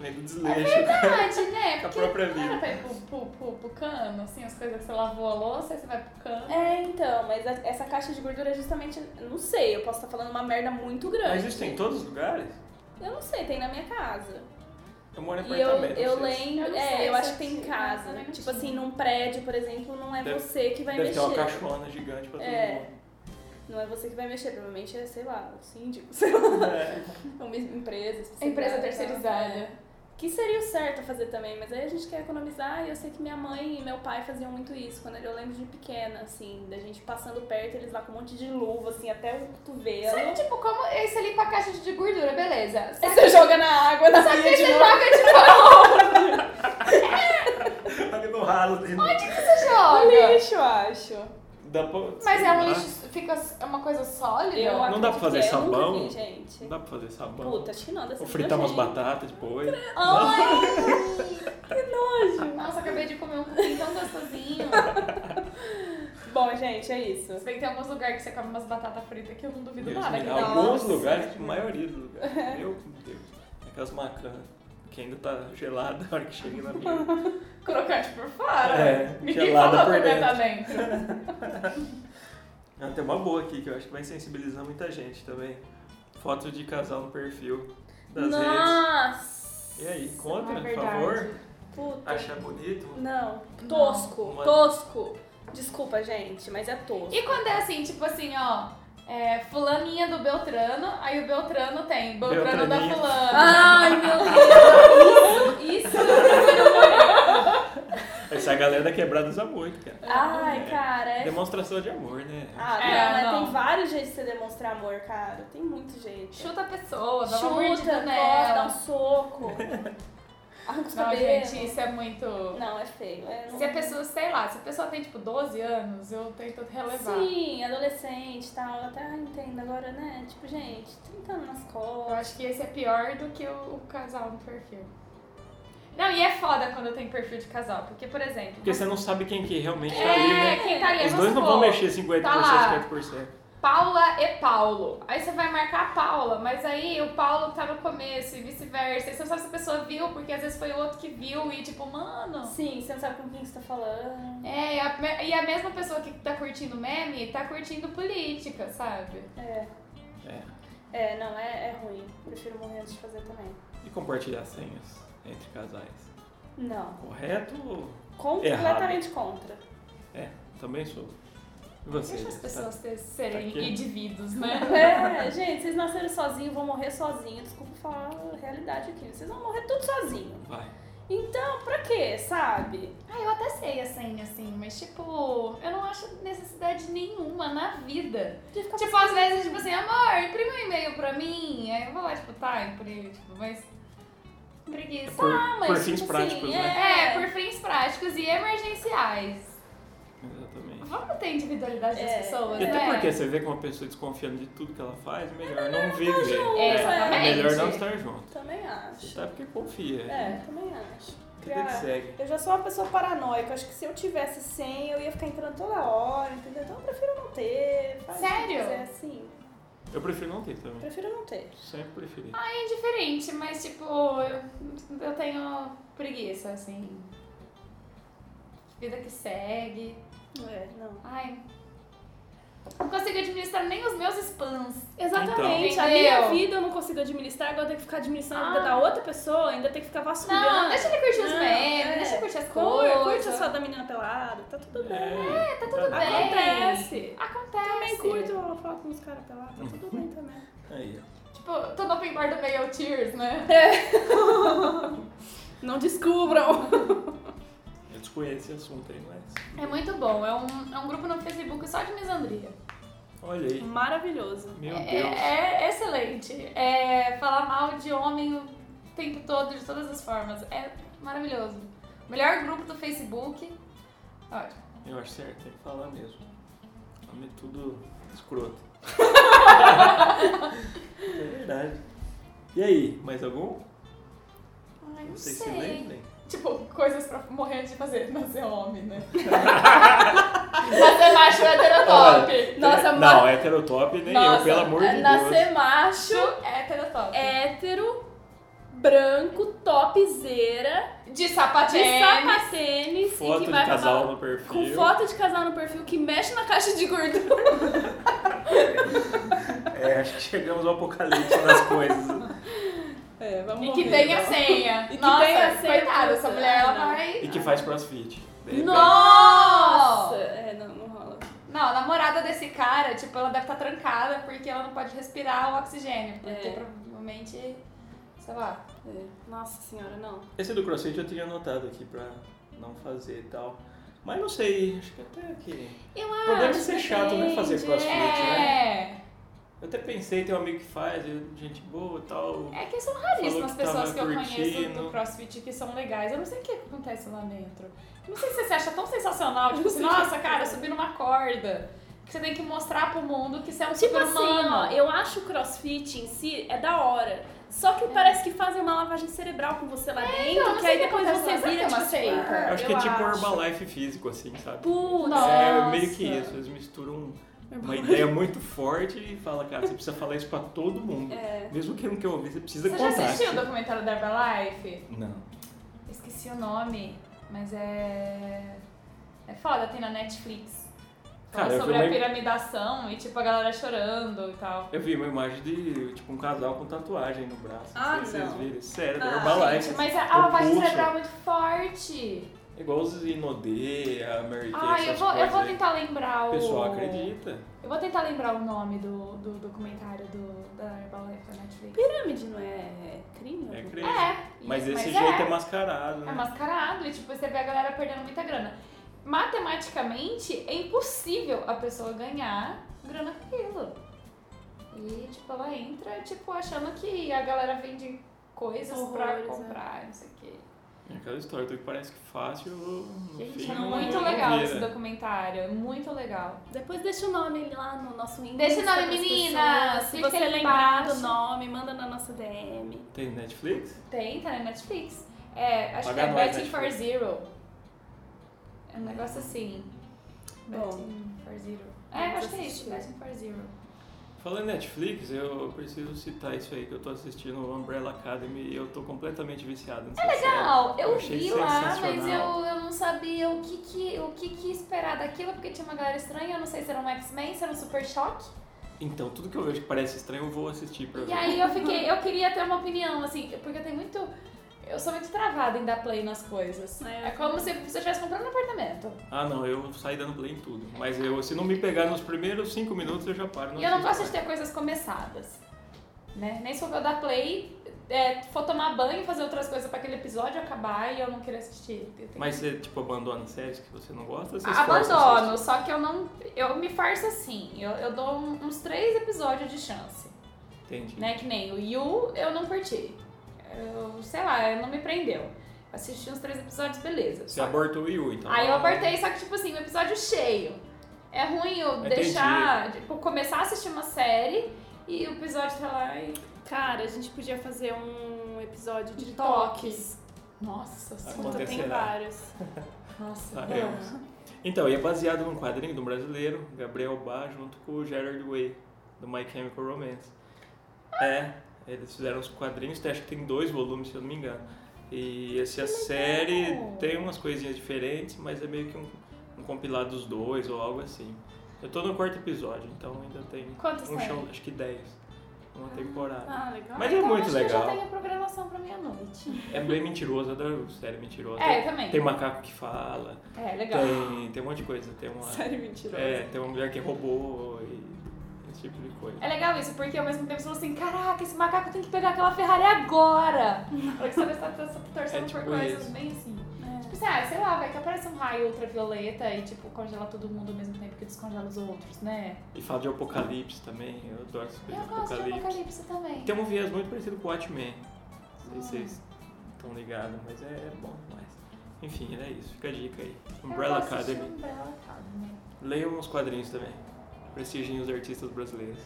Speaker 2: Vem né, do
Speaker 1: É
Speaker 2: desleixo.
Speaker 1: verdade, né?
Speaker 2: Com a
Speaker 1: Porque
Speaker 2: própria
Speaker 1: não era
Speaker 2: vida.
Speaker 1: pra ir pro, pro, pro- pro cano, assim, as coisas que você lavou a louça, aí você vai pro cano.
Speaker 3: É, então, mas a- essa caixa de gordura é justamente. Não sei, eu posso estar falando uma merda muito grande.
Speaker 2: Mas isso tem em todos os lugares?
Speaker 3: Eu não sei, tem na minha casa.
Speaker 2: Eu moro em
Speaker 3: E eu,
Speaker 2: apartamento.
Speaker 3: eu
Speaker 2: não sei se-
Speaker 3: lembro.
Speaker 1: Eu não
Speaker 3: é,
Speaker 1: sei
Speaker 3: eu
Speaker 1: se
Speaker 3: acho
Speaker 1: eu
Speaker 3: que tem em
Speaker 1: tinha, eu
Speaker 3: casa.
Speaker 1: também não
Speaker 3: Tipo
Speaker 1: tinha.
Speaker 3: assim, num prédio, por exemplo, não é
Speaker 2: Deve-
Speaker 3: você que vai
Speaker 2: Deve ter
Speaker 3: mexer.
Speaker 2: uma caixona gigante pra todo
Speaker 3: É.
Speaker 2: mundo.
Speaker 3: Não é você que vai mexer, provavelmente é, sei lá, o síndico, sei lá.
Speaker 2: É.
Speaker 3: Uma empresa. especializada,
Speaker 1: Empresa
Speaker 3: tá?
Speaker 1: terceirizada.
Speaker 3: É. Que seria o certo a fazer também, mas aí a gente quer economizar e eu sei que minha mãe e meu pai faziam muito isso. Quando eu lembro de pequena, assim, da gente passando perto, eles lá com um monte de luva, assim, até o cotovelo.
Speaker 1: Só que, tipo, como esse ali pra caixa de gordura, beleza. Só
Speaker 3: Aí você joga na água, na
Speaker 1: só que
Speaker 3: pia de
Speaker 1: você
Speaker 3: novo.
Speaker 1: joga de novo.
Speaker 2: Ali no Tá ralo dele.
Speaker 1: Onde que você
Speaker 3: No
Speaker 1: joga?
Speaker 3: lixo, eu acho.
Speaker 2: Dá pra-
Speaker 1: Mas é um
Speaker 2: Ah,
Speaker 1: lixo, fica é uma coisa sólida?
Speaker 3: Eu
Speaker 2: Não dá pra
Speaker 3: acredito
Speaker 2: fazer
Speaker 3: que é, eu nunca
Speaker 2: sabão?
Speaker 3: vi, gente.
Speaker 2: Não dá pra fazer sabão.
Speaker 3: Puta, acho que não. deve
Speaker 2: Ou
Speaker 3: ser
Speaker 2: fritar umas
Speaker 3: nojento.
Speaker 2: batatas depois.
Speaker 3: Ai, que nojo.
Speaker 1: Nossa, acabei de comer um cupim tão gostosinho.
Speaker 3: Bom, gente, é isso.
Speaker 1: Se bem que tem alguns lugares que você come umas batatas fritas que eu não duvido
Speaker 2: Deus
Speaker 1: nada.
Speaker 2: me
Speaker 1: que
Speaker 2: dá.
Speaker 1: dá uma-
Speaker 2: Alguns
Speaker 3: Nossa.
Speaker 2: lugares, a maioria dos lugares. Meu Deus. Aquelas macanas que ainda tá gelada a hora que chega na minha.
Speaker 1: Crocante por fora.
Speaker 2: É,
Speaker 1: Ninguém
Speaker 2: gelada
Speaker 1: falou
Speaker 2: por
Speaker 1: pra tentar dentro.
Speaker 2: Ah, Tem uma boa aqui que eu acho que vai sensibilizar muita gente também. Foto de casal no perfil das redes.
Speaker 3: Nossa.
Speaker 2: E aí,
Speaker 1: Não
Speaker 2: contra,
Speaker 1: é
Speaker 2: por
Speaker 1: verdade.
Speaker 2: favor.
Speaker 3: Puta.
Speaker 2: Achar bonito.
Speaker 3: Não. Tosco.
Speaker 2: Uma-
Speaker 3: Tosco. Desculpa, gente, mas é tosco.
Speaker 1: E quando é assim, tipo assim, ó. É, fulaninha do Beltrano, aí o Beltrano tem Beltrano da
Speaker 2: Beltraninha.
Speaker 1: fulana.
Speaker 3: Ai, meu Deus. Isso.
Speaker 2: Essa galera da quebrada usa muito, cara.
Speaker 3: Ai, cara. É...
Speaker 2: Demonstração de amor, né?
Speaker 3: Ah, não,
Speaker 1: É,
Speaker 3: mas
Speaker 1: não.
Speaker 3: tem vários jeitos de você demonstrar amor, cara. Tem muito jeito.
Speaker 1: Chuta a pessoa, dá uma
Speaker 3: Chuta,
Speaker 1: mordida
Speaker 3: costa, dá um
Speaker 1: nela.
Speaker 3: soco. Arranca os
Speaker 1: Não,
Speaker 3: cabelos.
Speaker 1: gente, isso é muito...
Speaker 3: Não, é feio. É, não-
Speaker 1: Se a pessoa, sei lá, se a pessoa tem tipo 12 anos, eu tento relevar.
Speaker 3: Sim, adolescente e tal. Eu até entendo agora, né? Tipo, gente, 30 anos nas
Speaker 1: Eu
Speaker 3: costas.
Speaker 1: acho que esse é pior do que o, o casal no perfil. Não, e é foda quando tem perfil de casal, porque, por exemplo.
Speaker 2: Porque você não sabe quem que realmente tá ali,
Speaker 1: É,
Speaker 2: né?
Speaker 1: quem tá ali,
Speaker 2: Os
Speaker 1: vamos
Speaker 2: dois não
Speaker 1: supor,
Speaker 2: vão mexer 50%,
Speaker 1: Tá lá.
Speaker 2: 50%.
Speaker 1: Paula e Paulo. Aí você vai marcar a Paula, mas aí o Paulo tá no começo e vice-versa. E você não sabe se a pessoa viu, porque às vezes foi o outro que viu e tipo, mano.
Speaker 3: Sim, você não sabe com quem você tá falando.
Speaker 1: É, e a, me- e a mesma pessoa que tá curtindo meme tá curtindo política, sabe?
Speaker 3: É.
Speaker 2: É.
Speaker 3: É, não, é, é ruim. Prefiro morrer antes de fazer também.
Speaker 2: E compartilhar senhas entre casais.
Speaker 3: Não.
Speaker 2: Correto?
Speaker 3: Completamente contra.
Speaker 2: Também sou. E você?
Speaker 1: Deixa as
Speaker 2: tá-
Speaker 1: pessoas ter- serem
Speaker 2: aqui.
Speaker 1: indivíduos, né?
Speaker 3: É, gente, vocês nasceram sozinhos, vão morrer sozinhos. Desculpa falar a realidade aqui. Vocês vão morrer tudo sozinho.
Speaker 2: Vai.
Speaker 3: Então, pra quê, sabe?
Speaker 1: Ah, eu até sei a senha, assim, mas tipo, eu não acho necessidade nenhuma na vida.
Speaker 3: De ficar
Speaker 1: Tipo, às vezes, tipo assim, amor, imprime um e-mail pra mim. Aí eu vou lá, tipo, tá, imprime, tipo, mas. Preguiça.
Speaker 2: Por-
Speaker 3: Ah, mas
Speaker 2: por
Speaker 3: tipo
Speaker 2: fins
Speaker 3: assim,
Speaker 2: práticos, né?
Speaker 1: Tá, É, por fins práticos e emergenciais.
Speaker 2: Exatamente.
Speaker 1: Vamos ter individualidade das
Speaker 3: É.
Speaker 1: pessoas,
Speaker 2: E
Speaker 1: né?
Speaker 2: até porque você vê que uma pessoa desconfiando de tudo que ela faz, melhor não viver.
Speaker 3: junto,
Speaker 1: É,
Speaker 2: né?
Speaker 1: exatamente.
Speaker 2: É melhor não estar junto.
Speaker 3: Também
Speaker 2: Você
Speaker 3: acho.
Speaker 2: tá porque confia.
Speaker 3: É, também acho.
Speaker 2: Vida que segue.
Speaker 3: Eu já sou uma pessoa paranoica. Acho que se eu tivesse 100, eu ia ficar entrando toda hora, entendeu? Então eu prefiro não ter. Faz o que
Speaker 1: Sério?
Speaker 3: quiser, sim.
Speaker 2: Eu prefiro não ter também.
Speaker 3: Prefiro não ter.
Speaker 2: Sempre preferi.
Speaker 1: É indiferente, mas tipo, eu, eu tenho preguiça, assim. Vida que segue.
Speaker 3: É, não.
Speaker 1: Ai. Não consigo administrar nem os meus spams.
Speaker 3: Exatamente.
Speaker 1: Então.
Speaker 3: a minha
Speaker 1: Entendeu?
Speaker 3: vida eu não consigo administrar, agora eu tenho que ficar administrando a
Speaker 1: Ah.
Speaker 3: vida da outra pessoa, ainda tem que ficar vasculhando.
Speaker 1: Não, deixa ele curtir os
Speaker 3: Não,
Speaker 1: memes,
Speaker 3: é.
Speaker 1: deixa ele curtir as
Speaker 3: Curte,
Speaker 1: coisas.
Speaker 3: curte a sua da menina pelada, tá tudo bem.
Speaker 2: É, tá tudo
Speaker 1: bem.
Speaker 3: Acontece.
Speaker 1: Acontece.
Speaker 3: Também curto ela falar com os caras pelados, tá tudo bem também.
Speaker 2: Aí,
Speaker 1: Tipo, todo open bar do meio é o Tears, né?
Speaker 3: Não descubram.
Speaker 2: ó. Eu desconheço esse assunto aí, mas.
Speaker 1: É muito bom, é um, é um grupo no Facebook só de misandria.
Speaker 2: Olha aí.
Speaker 3: Maravilhoso.
Speaker 2: Meu
Speaker 1: é,
Speaker 2: Deus.
Speaker 1: é- é excelente. É falar mal de homem o tempo todo, de todas as formas. É maravilhoso. Melhor grupo do Facebook. Ótimo.
Speaker 3: é.
Speaker 2: Eu acho certo, tem que falar mesmo. Homem é tudo escroto. é verdade. E aí, mais algum?
Speaker 1: Ai, não
Speaker 2: Vocês se
Speaker 1: sei.
Speaker 2: lembrem?
Speaker 1: Tipo, coisas pra morrer de fazer, nascer homem, né? nascer macho heterotop.
Speaker 3: Nossa,
Speaker 2: Não, é heterotop nem eu, pelo amor de Deus.
Speaker 3: É, Nascer macho,
Speaker 1: Macho heterotop.
Speaker 3: hétero, branco, topzera,
Speaker 1: De
Speaker 3: de
Speaker 1: sapatênis.
Speaker 3: sapatênis e
Speaker 2: Foto
Speaker 3: que
Speaker 2: de
Speaker 3: vai pra
Speaker 2: casal
Speaker 3: balada.
Speaker 2: no perfil.
Speaker 3: Com foto de casal no perfil que mexe na caixa de gordura.
Speaker 2: É, acho que chegamos ao apocalipse das coisas.
Speaker 3: É, vamos
Speaker 1: E que tenha senha.
Speaker 3: E que
Speaker 1: Nossa,
Speaker 3: tenha senha,
Speaker 1: coitada, essa
Speaker 3: puta,
Speaker 1: mulher, ela
Speaker 3: não.
Speaker 1: vai...
Speaker 2: E que faz crossfit. De repente.
Speaker 1: Nossa!
Speaker 3: É, não, não rola.
Speaker 1: Não, a namorada desse cara, tipo, ela deve estar trancada porque ela não pode respirar o oxigênio. Porque
Speaker 3: É.
Speaker 1: provavelmente, sei lá.
Speaker 3: É. Nossa senhora, não.
Speaker 2: Esse do crossfit eu tinha anotado aqui pra não fazer e tal. Mas não sei, acho que até que.
Speaker 3: Eu
Speaker 2: O problema é ser chato, né? Fazer crossfit, né?
Speaker 1: É.
Speaker 2: Eu até pensei, tem um amigo que faz, gente boa e tal.
Speaker 1: É que são raríssimas
Speaker 2: Falou que
Speaker 1: pessoas
Speaker 2: tava
Speaker 1: que eu conheço
Speaker 2: curtindo.
Speaker 1: do CrossFit que são legais. Eu não sei o que acontece lá dentro. Eu Não sei se você se acha tão sensacional, tipo assim, nossa, cara, eu subi numa corda. Que você tem que mostrar pro mundo que você é um
Speaker 3: Tipo
Speaker 1: super
Speaker 3: assim,
Speaker 1: humano.
Speaker 3: ó, eu acho o crossfit em si é da hora. Só que parece que fazem uma lavagem cerebral com você lá dentro,
Speaker 1: É. então, eu não
Speaker 3: que
Speaker 1: sei
Speaker 3: aí
Speaker 1: o que
Speaker 3: depois
Speaker 1: acontece
Speaker 3: você
Speaker 1: lá, sabe
Speaker 3: vira
Speaker 1: que é uma
Speaker 3: tipo,
Speaker 1: seita?
Speaker 3: ah,
Speaker 2: Eu acho que
Speaker 1: eu
Speaker 2: é tipo um
Speaker 1: acho.
Speaker 2: Herbalife físico, assim, sabe?
Speaker 3: Putz.
Speaker 2: É meio que
Speaker 1: Nossa.
Speaker 2: isso, eles misturam um, uma ideia muito forte e fala, cara, você precisa falar isso pra todo mundo.
Speaker 3: É.
Speaker 2: Mesmo que não quer ouvir, você precisa
Speaker 1: Você já
Speaker 2: contar.
Speaker 1: assistiu o documentário da Herbalife?
Speaker 2: Não.
Speaker 1: Esqueci o nome, mas é. É foda, tem na Netflix. Fala
Speaker 2: Cara, eu
Speaker 1: sobre
Speaker 2: vi
Speaker 1: a
Speaker 2: uma-
Speaker 1: piramidação e tipo a galera chorando e tal.
Speaker 2: Eu vi uma imagem de tipo um casal com tatuagem no braço.
Speaker 3: Ah,
Speaker 2: não sei se
Speaker 3: não.
Speaker 2: vocês viram. Sério, da
Speaker 3: Ah,
Speaker 2: Herbalife.
Speaker 1: Gente, mas a a lavagem
Speaker 2: pulso.
Speaker 1: cerebral é muito forte.
Speaker 2: É Igual os Inodê, a Mary Kay,
Speaker 1: Ai, Ah, eu
Speaker 2: essas
Speaker 1: vou, eu
Speaker 2: coisas
Speaker 1: vou
Speaker 2: aí.
Speaker 1: tentar lembrar
Speaker 2: O
Speaker 1: o.
Speaker 2: pessoal acredita. né?
Speaker 1: Eu vou tentar lembrar o nome do, do documentário do, da Herbalife da Netflix.
Speaker 3: Pirâmide não é crime?
Speaker 2: É crime.
Speaker 1: É,
Speaker 2: Mas
Speaker 1: isso,
Speaker 2: desse
Speaker 1: mas
Speaker 2: jeito é.
Speaker 1: é,
Speaker 2: mascarado, né?
Speaker 1: É mascarado e tipo, você vê a galera perdendo muita grana. Matematicamente, é impossível a pessoa ganhar grana com aquilo. E, tipo, ela entra, tipo, achando que a galera vende coisas pra
Speaker 3: Horrores, né?
Speaker 1: comprar, não sei o quê.
Speaker 2: É Aquela história do que parece que fácil, no
Speaker 1: Gente,
Speaker 2: fim,
Speaker 1: é
Speaker 2: não-
Speaker 1: muito
Speaker 2: não
Speaker 1: legal
Speaker 2: vira.
Speaker 1: esse documentário, é muito legal.
Speaker 3: Depois deixa o nome lá no nosso Insta.
Speaker 1: Deixa o nome,
Speaker 3: pras
Speaker 1: meninas.
Speaker 3: pessoas. Se
Speaker 1: Clica
Speaker 3: você
Speaker 1: aí
Speaker 3: lembrar
Speaker 1: embaixo.
Speaker 3: do nome, manda na nossa DM.
Speaker 2: Tem Netflix?
Speaker 1: Tem, tá na Netflix. É, acho
Speaker 2: Paga
Speaker 1: que é
Speaker 2: nós,
Speaker 1: Betting for
Speaker 2: Netflix.
Speaker 1: Zero. É um negócio assim.
Speaker 3: Bom.
Speaker 1: Betting for Zero. É,
Speaker 3: Vamos
Speaker 1: acho que é isso.
Speaker 3: assistir.
Speaker 1: Betting for Zero.
Speaker 2: Falando em Netflix, eu preciso citar isso aí que eu tô assistindo o Umbrella Academy e eu tô completamente viciado nessa série.
Speaker 1: É Legal, eu,
Speaker 2: Eu achei
Speaker 1: vi lá, mas eu,
Speaker 2: sensacional.
Speaker 1: eu não sabia o que, que, o que, que esperar daquilo, porque tinha uma galera estranha, eu não sei se era um X-Men, se era um Super Choque.
Speaker 2: Então, tudo que eu vejo que parece estranho, eu vou assistir pra
Speaker 1: E
Speaker 2: ver.
Speaker 1: aí eu fiquei, eu queria ter uma opinião, assim, porque eu tenho muito. Eu sou muito travada em dar play nas coisas.
Speaker 3: É, eu
Speaker 1: É, como se
Speaker 3: também.
Speaker 1: eu estivesse comprando um apartamento.
Speaker 2: Ah, não, eu saí dando play em tudo. Mas eu, se não me pegar nos primeiros cinco minutos, eu já paro.
Speaker 1: E eu não gosto de
Speaker 2: assisto
Speaker 1: ter coisas começadas. Né? Nem se eu for dar play, é, for tomar banho e fazer outras coisas pra aquele episódio acabar e eu não querer assistir. Eu tenho
Speaker 2: mais. Mas você, tipo, abandona séries que você não gosta? ou
Speaker 1: que-
Speaker 2: Você se força a
Speaker 1: Abandono, só que eu não. Eu me farço assim. Eu, eu dou um- uns três episódios de chance.
Speaker 2: assistir? Entendi.
Speaker 1: Né? Que nem o Yu, eu não curti. Eu, sei lá, não me prendeu. Assisti uns três episódios, beleza.
Speaker 2: Você
Speaker 1: Só-
Speaker 2: abortou o Yu, então.
Speaker 1: Aí eu apertei, só que tipo assim, um episódio cheio. É ruim eu
Speaker 2: Entendi.
Speaker 1: deixar, tipo, começar a assistir uma série e o episódio tá lá e...
Speaker 3: Cara, a gente podia fazer um episódio de,
Speaker 1: De
Speaker 3: toques.
Speaker 1: toques. Nossa,
Speaker 2: Acontece.
Speaker 3: Puta, tem
Speaker 2: Acontecerá.
Speaker 3: vários.
Speaker 1: nossa.
Speaker 2: Sabemos. Então, e é baseado num quadrinho de um brasileiro, Gabriel Bá, junto com o Gerard Way, do My Chemical Romance. É, eles fizeram os quadrinhos, tem- acho que tem dois volumes, se eu não me engano. E essa série tem umas coisinhas diferentes, mas é meio que um, um compilado dos dois ou algo assim. Eu tô no quarto episódio, então ainda tem
Speaker 1: Quantos
Speaker 2: um
Speaker 1: tem?
Speaker 2: chão, acho que 10, uma temporada.
Speaker 3: Ah, legal.
Speaker 2: Mas
Speaker 1: Ah,
Speaker 2: é
Speaker 1: então
Speaker 2: muito
Speaker 1: acho
Speaker 2: legal.
Speaker 1: Que eu já tenho a programação pra meia-noite.
Speaker 2: É bem mentiroso, eu adoro série mentirosa.
Speaker 1: É, eu também.
Speaker 2: Tem macaco que fala,
Speaker 1: É, legal.
Speaker 2: tem, tem um monte de coisa, tem uma...
Speaker 3: Série mentirosa.
Speaker 2: É, tem uma mulher que roubou e esse tipo de coisa.
Speaker 1: É legal isso, porque ao mesmo tempo você fala assim, caraca, esse macaco tem que pegar aquela Ferrari agora. Porque você tá torcendo
Speaker 2: É tipo
Speaker 1: por coisas
Speaker 2: isso.
Speaker 1: bem assim.
Speaker 3: É.
Speaker 1: Tipo assim, ah, sei lá, vai que aparece um raio ultravioleta e tipo congela todo mundo ao mesmo tempo que descongela os outros, né?
Speaker 2: E fala de apocalipse também, eu adoro essas
Speaker 1: Eu
Speaker 2: coisas
Speaker 1: gosto
Speaker 2: de
Speaker 1: de
Speaker 2: apocalipse.
Speaker 1: apocalipse também.
Speaker 2: Tem um viés muito parecido com o Watchmen. Não sei se vocês
Speaker 1: Hum.
Speaker 2: estão ligados, mas é bom demais. Enfim, era isso. Fica a dica aí. um Umbrella
Speaker 1: Eu vou assistir
Speaker 2: Academy.
Speaker 1: Umbrella Academy.
Speaker 2: Leiam os quadrinhos também. Prestigiem os artistas brasileiros.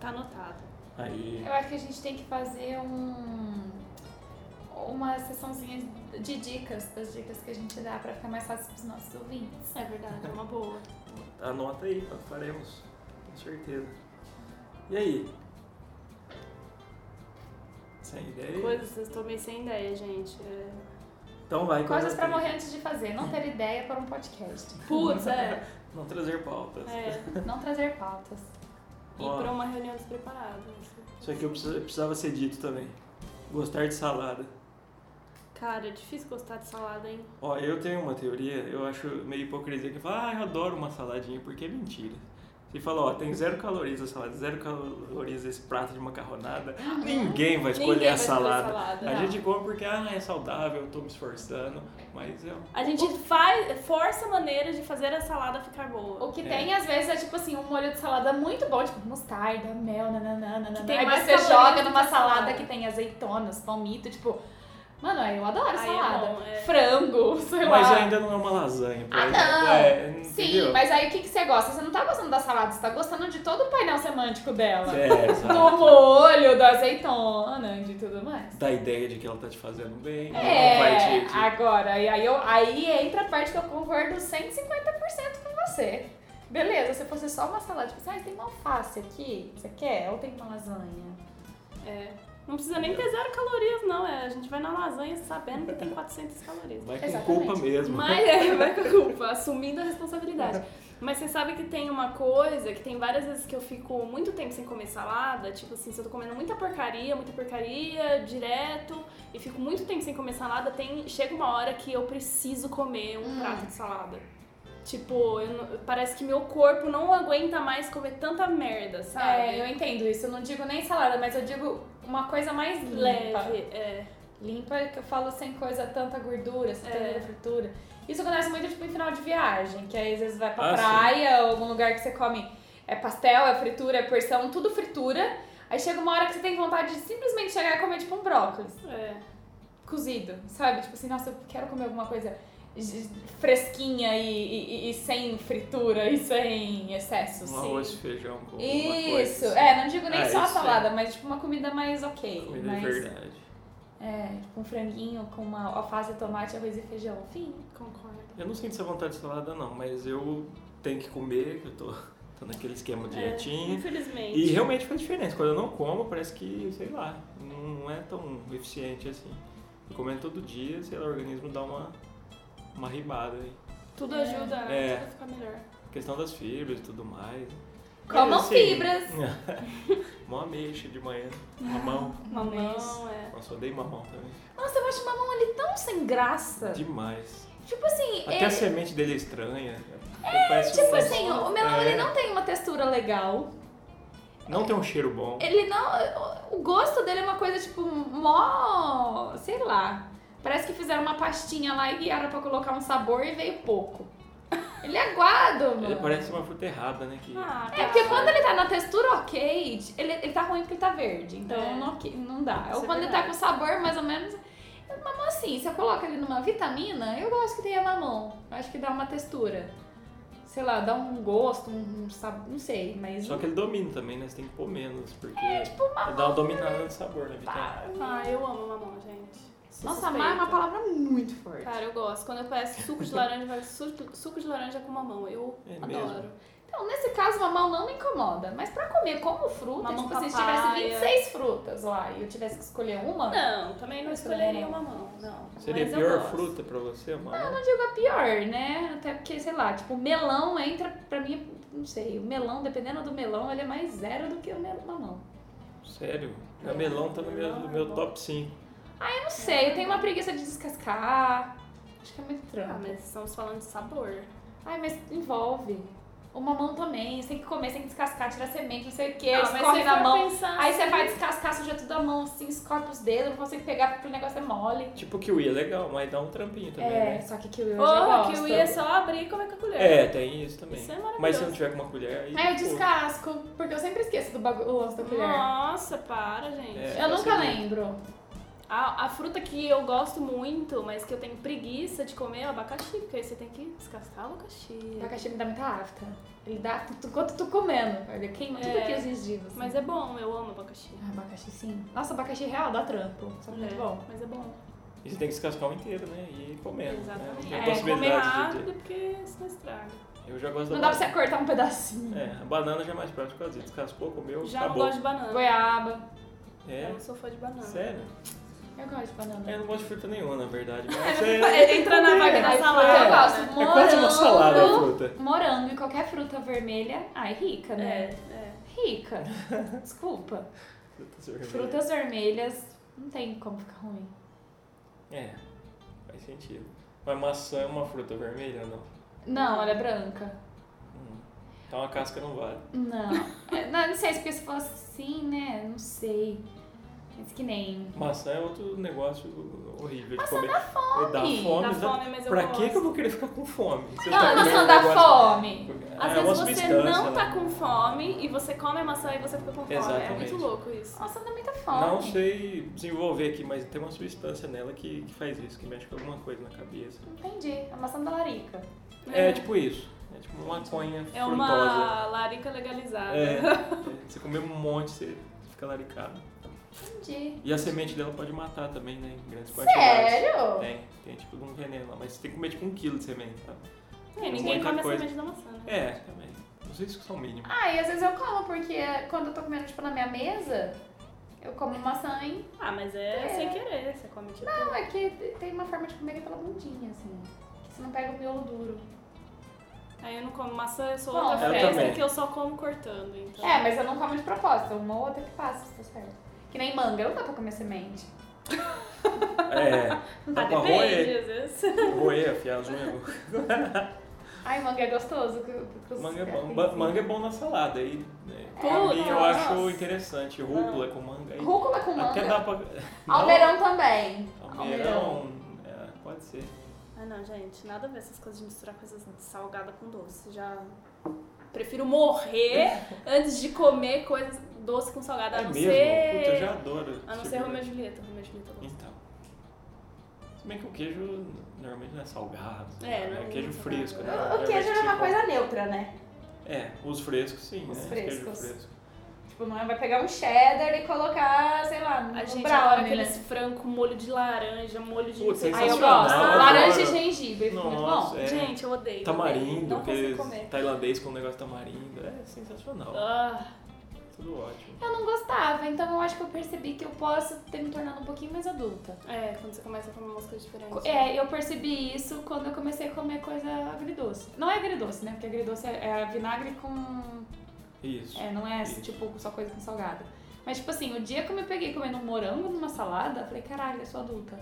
Speaker 3: Tá anotado.
Speaker 2: Aí.
Speaker 1: Eu acho que a gente tem que fazer um uma sessãozinha de dicas, das dicas que a gente dá pra ficar mais fácil pros nossos ouvintes.
Speaker 3: É verdade, é uma boa.
Speaker 2: Anota aí, nós faremos. Com certeza. E aí? Sem ideia?
Speaker 3: Coisas, eu estou meio sem ideia, gente. É...
Speaker 2: Então vai.
Speaker 1: Coisas
Speaker 2: começa
Speaker 1: pra
Speaker 2: aí.
Speaker 1: morrer antes de fazer, não ter ideia para um podcast,
Speaker 3: Putz, é.
Speaker 2: Não trazer pautas.
Speaker 3: é.
Speaker 1: não trazer pautas.
Speaker 3: E
Speaker 2: Ó.
Speaker 3: pra uma reunião despreparada. assim.
Speaker 2: Isso aqui eu precisa- eu precisava ser dito também. Gostar de salada.
Speaker 3: Cara, é difícil gostar de salada, hein?
Speaker 2: Ó, eu tenho uma teoria, eu acho meio hipocrisia que fala, ah, eu adoro uma saladinha, porque é mentira. Você fala, ó, tem zero calorias a salada, zero calorias esse prato de macarronada, ninguém
Speaker 4: Ninguém vai
Speaker 2: vai escolher a
Speaker 4: escolher
Speaker 2: salada.
Speaker 4: salada,
Speaker 2: a
Speaker 4: não.
Speaker 2: gente come porque, ah, é saudável, eu tô me esforçando, mas é um, eu...
Speaker 3: A gente faz, força maneiras de fazer a salada ficar boa.
Speaker 1: O que
Speaker 2: É.
Speaker 1: tem, às vezes, é tipo assim, um molho de salada muito bom, tipo mostarda, mel, nananã, nananã.
Speaker 3: tem
Speaker 1: Aí
Speaker 3: mais
Speaker 1: você
Speaker 3: calorias
Speaker 1: joga
Speaker 3: do que
Speaker 1: numa
Speaker 3: a salada.
Speaker 1: salada que tem azeitonas, palmito, tipo... Mano, eu adoro
Speaker 3: Aí é
Speaker 1: salada.
Speaker 3: bom, é.
Speaker 1: Frango, sei
Speaker 2: Mas
Speaker 1: lá.
Speaker 2: ainda não é uma lasanha, por
Speaker 1: Ah,
Speaker 2: exemplo.
Speaker 1: não.
Speaker 2: É,
Speaker 1: Sim,
Speaker 2: entendeu?
Speaker 1: mas aí o que, que você gosta? Você não tá gostando da salada, você tá gostando de todo o painel semântico dela.
Speaker 2: É, exato.
Speaker 1: Do molho, da azeitona, de tudo mais.
Speaker 2: Da ideia de que ela tá te fazendo bem, não vai
Speaker 1: É,
Speaker 2: te... te-
Speaker 1: agora, e aí, eu, aí entra a parte que eu concordo 150% com você. Beleza, se fosse só uma salada, tipo assim, ah, tem uma alface aqui, você quer? Ou tem uma lasanha?
Speaker 3: É. Não precisa nem ter zero calorias, não. É, a gente vai na lasanha sabendo que tem 400 calorias.
Speaker 2: Vai com
Speaker 1: Exatamente.
Speaker 2: culpa mesmo.
Speaker 3: Mas é, vai com a culpa, assumindo a responsabilidade. Mas você sabe que tem uma coisa, que tem várias vezes que eu fico muito tempo sem comer salada, tipo assim, se eu tô comendo muita porcaria, muita porcaria, direto, e fico muito tempo sem comer salada, tem, chega uma hora que eu preciso comer um
Speaker 1: Hum.
Speaker 3: prato de salada. Tipo, eu não- parece que meu corpo não aguenta mais comer tanta merda, sabe?
Speaker 1: É, eu entendo isso. Eu não digo nem salada, mas eu digo uma coisa mais limpa.
Speaker 3: Leve, é.
Speaker 1: Limpa é que eu falo sem coisa, tanta gordura, sem
Speaker 3: É.
Speaker 1: tanta fritura. Isso acontece muito tipo, em final de viagem, que aí às vezes vai pra
Speaker 2: Ah, sim.
Speaker 1: praia ou algum lugar que você come é pastel, é fritura, é porção, tudo fritura. Aí chega uma hora que você tem vontade de simplesmente chegar e comer tipo um brócolis
Speaker 3: é.
Speaker 1: cozido, sabe? Tipo assim, nossa, eu quero comer alguma coisa j- fresquinha e, e- e- e sem fritura e sem excesso.
Speaker 2: Um
Speaker 1: sim.
Speaker 2: arroz e feijão com alguma coisa.
Speaker 1: Isso,
Speaker 2: assim.
Speaker 1: é, não digo nem
Speaker 2: Ah,
Speaker 1: só a
Speaker 2: isso é.
Speaker 1: salada, mas tipo uma comida mais ok.
Speaker 2: Comida
Speaker 1: mais...
Speaker 2: de verdade.
Speaker 1: É, tipo um franguinho com uma alface, tomate, arroz e feijão. Fim.
Speaker 3: Concordo.
Speaker 2: Eu não sinto essa vontade de salada, não, mas eu tenho que comer, que eu tô, tô naquele esquema de
Speaker 3: É,
Speaker 2: dietinha.
Speaker 3: infelizmente.
Speaker 2: E realmente faz diferença. Quando eu não como, parece que, sei lá, não não é tão eficiente assim. Eu comendo todo dia, sei lá, o organismo dá uma, uma ribada aí.
Speaker 3: Tudo
Speaker 1: É.
Speaker 3: ajuda, né?
Speaker 2: É.
Speaker 3: Tudo fica melhor.
Speaker 2: Questão das fibras e tudo mais.
Speaker 1: Comam
Speaker 2: Mas,
Speaker 1: fibras.
Speaker 2: Uma ameixa de manhã, mamão.
Speaker 3: Mamão, é.
Speaker 2: Nossa, eu odeio mamão também.
Speaker 1: Nossa, eu acho o mamão ali tão sem graça.
Speaker 2: Demais.
Speaker 1: Tipo assim,
Speaker 2: Até
Speaker 1: ele-
Speaker 2: a semente dele é estranha. É,
Speaker 1: tipo assim, o melão
Speaker 2: É.
Speaker 1: ele não tem uma textura legal.
Speaker 2: Não tem um cheiro bom.
Speaker 1: Ele não. O gosto dele é uma coisa, tipo, mó. sei lá. Parece que fizeram uma pastinha lá e guiaram pra colocar um sabor e veio pouco. Ele é aguado, mano.
Speaker 2: Ele parece uma fruta errada, né? Que...
Speaker 3: Ah,
Speaker 1: É, porque quando ele tá na textura ok, ele, ele tá ruim porque ele tá verde. Então
Speaker 3: É.
Speaker 1: não, ok- não dá.
Speaker 3: Isso
Speaker 1: Ou
Speaker 3: é
Speaker 1: quando ele tá
Speaker 3: verdade.
Speaker 1: com sabor mais ou menos. Mamão assim, você coloca ele numa vitamina, eu gosto que tenha mamão. Eu acho que dá uma textura. Sei lá, dá um gosto, um, um sabor, não sei, mas.
Speaker 2: Só que ele domina também, né? Você tem que pôr menos, porque
Speaker 1: tipo uma.
Speaker 2: ele dá uma dominada no sabor, né, Vitória?
Speaker 3: Ah, eu amo mamão, gente. Sou
Speaker 1: Nossa, mamão é uma
Speaker 3: suspeita.
Speaker 1: palavra muito forte.
Speaker 3: Cara, eu gosto. Quando eu peço suco de laranja, vai suco, suco de laranja com mamão. Eu
Speaker 2: É
Speaker 3: adoro.
Speaker 1: Então, nesse caso, mamão não me incomoda. Mas pra comer como fruta,
Speaker 3: Mamão
Speaker 1: tipo, se
Speaker 3: papaya.
Speaker 1: tivesse 26 frutas lá e eu tivesse que escolher uma,
Speaker 3: Não, também não
Speaker 1: Eu
Speaker 3: escolheria
Speaker 1: também
Speaker 3: o
Speaker 1: não.
Speaker 3: mamão, não.
Speaker 2: Seria a
Speaker 3: Mas eu
Speaker 2: pior
Speaker 3: gosto.
Speaker 2: fruta pra você, o
Speaker 1: Eu
Speaker 2: mamão?
Speaker 1: não digo a pior, né? Até porque, sei lá, tipo, o melão entra, pra mim, não sei, o melão, dependendo do melão, ele é mais zero do que o mel- mamão.
Speaker 2: Sério?
Speaker 1: É,
Speaker 2: O melão tá no meu, no meu top 5.
Speaker 1: Eu não sei, eu tenho uma preguiça de descascar. Acho que é muito
Speaker 3: Ah,
Speaker 1: trampo.
Speaker 3: mas estamos falando de sabor.
Speaker 1: Ai, mas envolve. O mamão também, você tem que comer, você tem que descascar, tirar semente, não sei o quê,
Speaker 3: Ah, mas
Speaker 1: escorre
Speaker 3: se
Speaker 1: na
Speaker 3: for
Speaker 1: mão.
Speaker 3: pensar
Speaker 1: Aí você
Speaker 3: assim,
Speaker 1: vai descascar, suja tudo a mão, assim, escorre os dedos, não consegue pegar porque o negócio é mole.
Speaker 2: Tipo kiwi é legal, mas dá um trampinho também,
Speaker 1: é,
Speaker 2: né?
Speaker 1: só que kiwi eu já
Speaker 3: Porra,
Speaker 1: gosto.
Speaker 3: que eu ia só abrir e comer com a colher.
Speaker 2: É, tem isso também.
Speaker 3: Isso é maravilhoso.
Speaker 2: mas se não tiver com uma colher...
Speaker 1: Aí
Speaker 2: Aí,
Speaker 1: Ah, eu
Speaker 2: pô,
Speaker 1: descasco, porque eu sempre esqueço do bagulho, o lance da colher.
Speaker 3: Nossa, para, gente.
Speaker 2: É.
Speaker 1: eu nunca
Speaker 2: facilita.
Speaker 1: lembro.
Speaker 3: A, a fruta que eu gosto muito, mas que eu tenho preguiça de comer é o abacaxi, porque aí você tem que descascar o abacaxi.
Speaker 1: O abacaxi me dá muita afta. Ele dá tu- tu- enquanto tu comendo. Ele queima tudo
Speaker 3: É.
Speaker 1: aqui as gengivas.
Speaker 3: Mas é bom, eu amo abacaxi.
Speaker 1: Ah, abacaxi sim. Nossa, abacaxi real dá trampo. Só que é muito
Speaker 3: É,
Speaker 1: bom.
Speaker 3: Mas é bom.
Speaker 2: E você tem que descascar o inteiro, né? E ir comendo. Né? Não
Speaker 3: Exatamente.
Speaker 2: tem
Speaker 3: É, comer
Speaker 2: possibilidade de...
Speaker 3: rápido, porque senão estraga.
Speaker 2: Eu já gosto
Speaker 1: Não dá
Speaker 2: da
Speaker 1: pra você cortar um pedacinho.
Speaker 2: É, a banana já é mais prático fazer. Descascou, comeu,
Speaker 3: Já não
Speaker 2: acabou.
Speaker 3: gosto de
Speaker 1: Ah.
Speaker 3: banana.
Speaker 1: Goiaba.
Speaker 2: Então, tá É,
Speaker 3: Eu não sou fã de banana.
Speaker 2: sério?
Speaker 1: Eu gosto de banana.
Speaker 2: Eu não gosto de fruta nenhuma, na verdade. Mas é,
Speaker 3: É, Entra na vaga da
Speaker 1: Ai,
Speaker 3: salada.
Speaker 1: Eu gosto.
Speaker 3: né?
Speaker 2: é quase uma salada a
Speaker 1: Morango.
Speaker 2: fruta.
Speaker 1: Morango e qualquer fruta vermelha. Ai, rica,
Speaker 3: É,
Speaker 1: né?
Speaker 3: é.
Speaker 1: Rica. Desculpa.
Speaker 2: Frutas vermelhas.
Speaker 1: Frutas vermelhas não tem como ficar ruim.
Speaker 2: É, faz sentido. Mas maçã é uma fruta vermelha ou não?
Speaker 1: Não, ela é branca.
Speaker 2: Hum. Então a casca não vale.
Speaker 1: Não. É, não, não sei se você falou assim, né? Não sei. Mas que nem.
Speaker 2: Maçã é outro negócio horrível de
Speaker 1: Maçã
Speaker 2: comer.
Speaker 1: dá fome.
Speaker 2: Dá fome.
Speaker 3: Dá
Speaker 2: dá-
Speaker 3: fome, mas é eu
Speaker 2: Pra
Speaker 3: gosto.
Speaker 2: que que eu vou querer ficar com fome? Você
Speaker 1: Não, a
Speaker 2: comendo
Speaker 1: maçã
Speaker 2: um
Speaker 1: dá
Speaker 2: negócio-
Speaker 1: fome.
Speaker 2: Ah,
Speaker 3: Às
Speaker 2: é uma
Speaker 3: vezes você
Speaker 2: substância,
Speaker 3: não
Speaker 2: né?
Speaker 3: tá com fome e você come a maçã e você fica com fome. É
Speaker 2: Exatamente.
Speaker 3: muito louco isso.
Speaker 1: Nossa, dá muita fome.
Speaker 2: Não sei desenvolver aqui, mas tem uma substância nela que, que faz isso, que mexe com alguma coisa na cabeça.
Speaker 1: Entendi. A maçã da larica.
Speaker 2: É, tipo isso. É tipo uma maconha
Speaker 3: É
Speaker 2: frutosa.
Speaker 3: uma larica legalizada.
Speaker 2: É, é, você comer um monte, você fica laricado.
Speaker 1: Entendi.
Speaker 2: E a semente dela pode matar também, né? Em grandes quantidades.
Speaker 1: Sério?
Speaker 2: Tem, tem tipo um veneno lá, mas você tem que comer tipo um quilo de semente, sabe?
Speaker 3: É, ninguém
Speaker 2: Muita
Speaker 3: come
Speaker 2: coisa.
Speaker 3: a semente da maçã, né?
Speaker 2: É, também. Os riscos são mínimos.
Speaker 1: Ah, e às vezes eu como, porque quando eu tô comendo, tipo, na minha mesa, eu como maçã e
Speaker 3: Ah, mas é,
Speaker 1: É.
Speaker 3: sem querer, você come tipo.
Speaker 1: Não, é que tem uma forma de comer que é pela bundinha, assim. Que você não pega o miolo duro.
Speaker 3: Aí eu não como maçã, eu sou
Speaker 1: Bom,
Speaker 3: outra
Speaker 1: eu
Speaker 3: festa
Speaker 2: também.
Speaker 3: que eu só como cortando, então.
Speaker 1: É, mas eu não como de propósito. É Uma ou outra que passa, se tá certo. Que nem manga, não dá pra comer semente.
Speaker 2: É,
Speaker 3: Ah,
Speaker 2: dá pra
Speaker 3: depende,
Speaker 2: roer,
Speaker 3: às vezes.
Speaker 2: roer, afiar as unhas.
Speaker 1: Ai, manga é gostoso. Que, que os-
Speaker 2: Manga é bom. Ba- Manga é bom na salada. Aí, né, pra
Speaker 3: Puta,
Speaker 2: mim eu
Speaker 3: nossa.
Speaker 2: acho interessante. Rúcula com manga. Aí,
Speaker 1: Rúcula com manga.
Speaker 2: até dá pra. Não,
Speaker 1: Almeirão também.
Speaker 2: Almeirão. é, pode ser.
Speaker 3: Ah, não, gente, nada a ver essas coisas de misturar coisas salgada com doce. Já prefiro morrer antes de comer coisas doce com salgada, a
Speaker 2: é
Speaker 3: não
Speaker 2: mesmo?
Speaker 3: ser.
Speaker 2: Puta, eu já adoro.
Speaker 3: A não
Speaker 2: esse
Speaker 3: ser
Speaker 2: tipo de-
Speaker 3: Romeu e Julieta, Romeu e Julieta é
Speaker 1: Hum,
Speaker 3: gosta.
Speaker 2: Então. Se bem que o queijo normalmente não é salgado.
Speaker 3: É,
Speaker 2: né?
Speaker 3: não é
Speaker 2: É queijo
Speaker 3: muito
Speaker 2: fresco, né?
Speaker 1: O- O
Speaker 2: Normalmente
Speaker 1: queijo é
Speaker 2: você
Speaker 1: uma
Speaker 2: come-
Speaker 1: coisa neutra, né?
Speaker 2: É, os frescos sim,
Speaker 1: Os
Speaker 2: né?
Speaker 1: frescos.
Speaker 2: Queijo fresco.
Speaker 1: Tipo, não é- vai pegar um cheddar e colocar, sei lá, no
Speaker 3: A gente
Speaker 1: brownie,
Speaker 3: adora
Speaker 1: né?
Speaker 3: aqueles frango, molho de laranja, molho de.
Speaker 2: Putz,
Speaker 3: não sei o quê.
Speaker 1: Ai, eu
Speaker 2: é Sensacional.
Speaker 1: gosto.
Speaker 2: Adoro.
Speaker 1: Laranja e gengibre, fica muito bom.
Speaker 2: Nossa, é.
Speaker 3: Gente, eu odeio.
Speaker 2: Tamarindo,
Speaker 3: Não consigo
Speaker 2: que
Speaker 3: comer.
Speaker 2: tailandês com um negócio de tamarindo. É sensacional.
Speaker 3: Ah,
Speaker 2: Tudo ótimo.
Speaker 1: Eu não gostava, então eu acho que eu percebi que eu posso ter me tornado um pouquinho mais adulta.
Speaker 3: é, quando você começa a comer umas coisas diferentes.
Speaker 1: É, eu percebi isso quando eu comecei a comer coisa agridoce. Não é agridoce, né? Porque agridoce é, é vinagre com.
Speaker 2: Isso.
Speaker 1: É, não é
Speaker 2: Isso.
Speaker 1: tipo só coisa com salgado. Mas, tipo assim, o dia que eu me peguei comendo um morango numa salada, eu falei, caralho, eu sou adulta.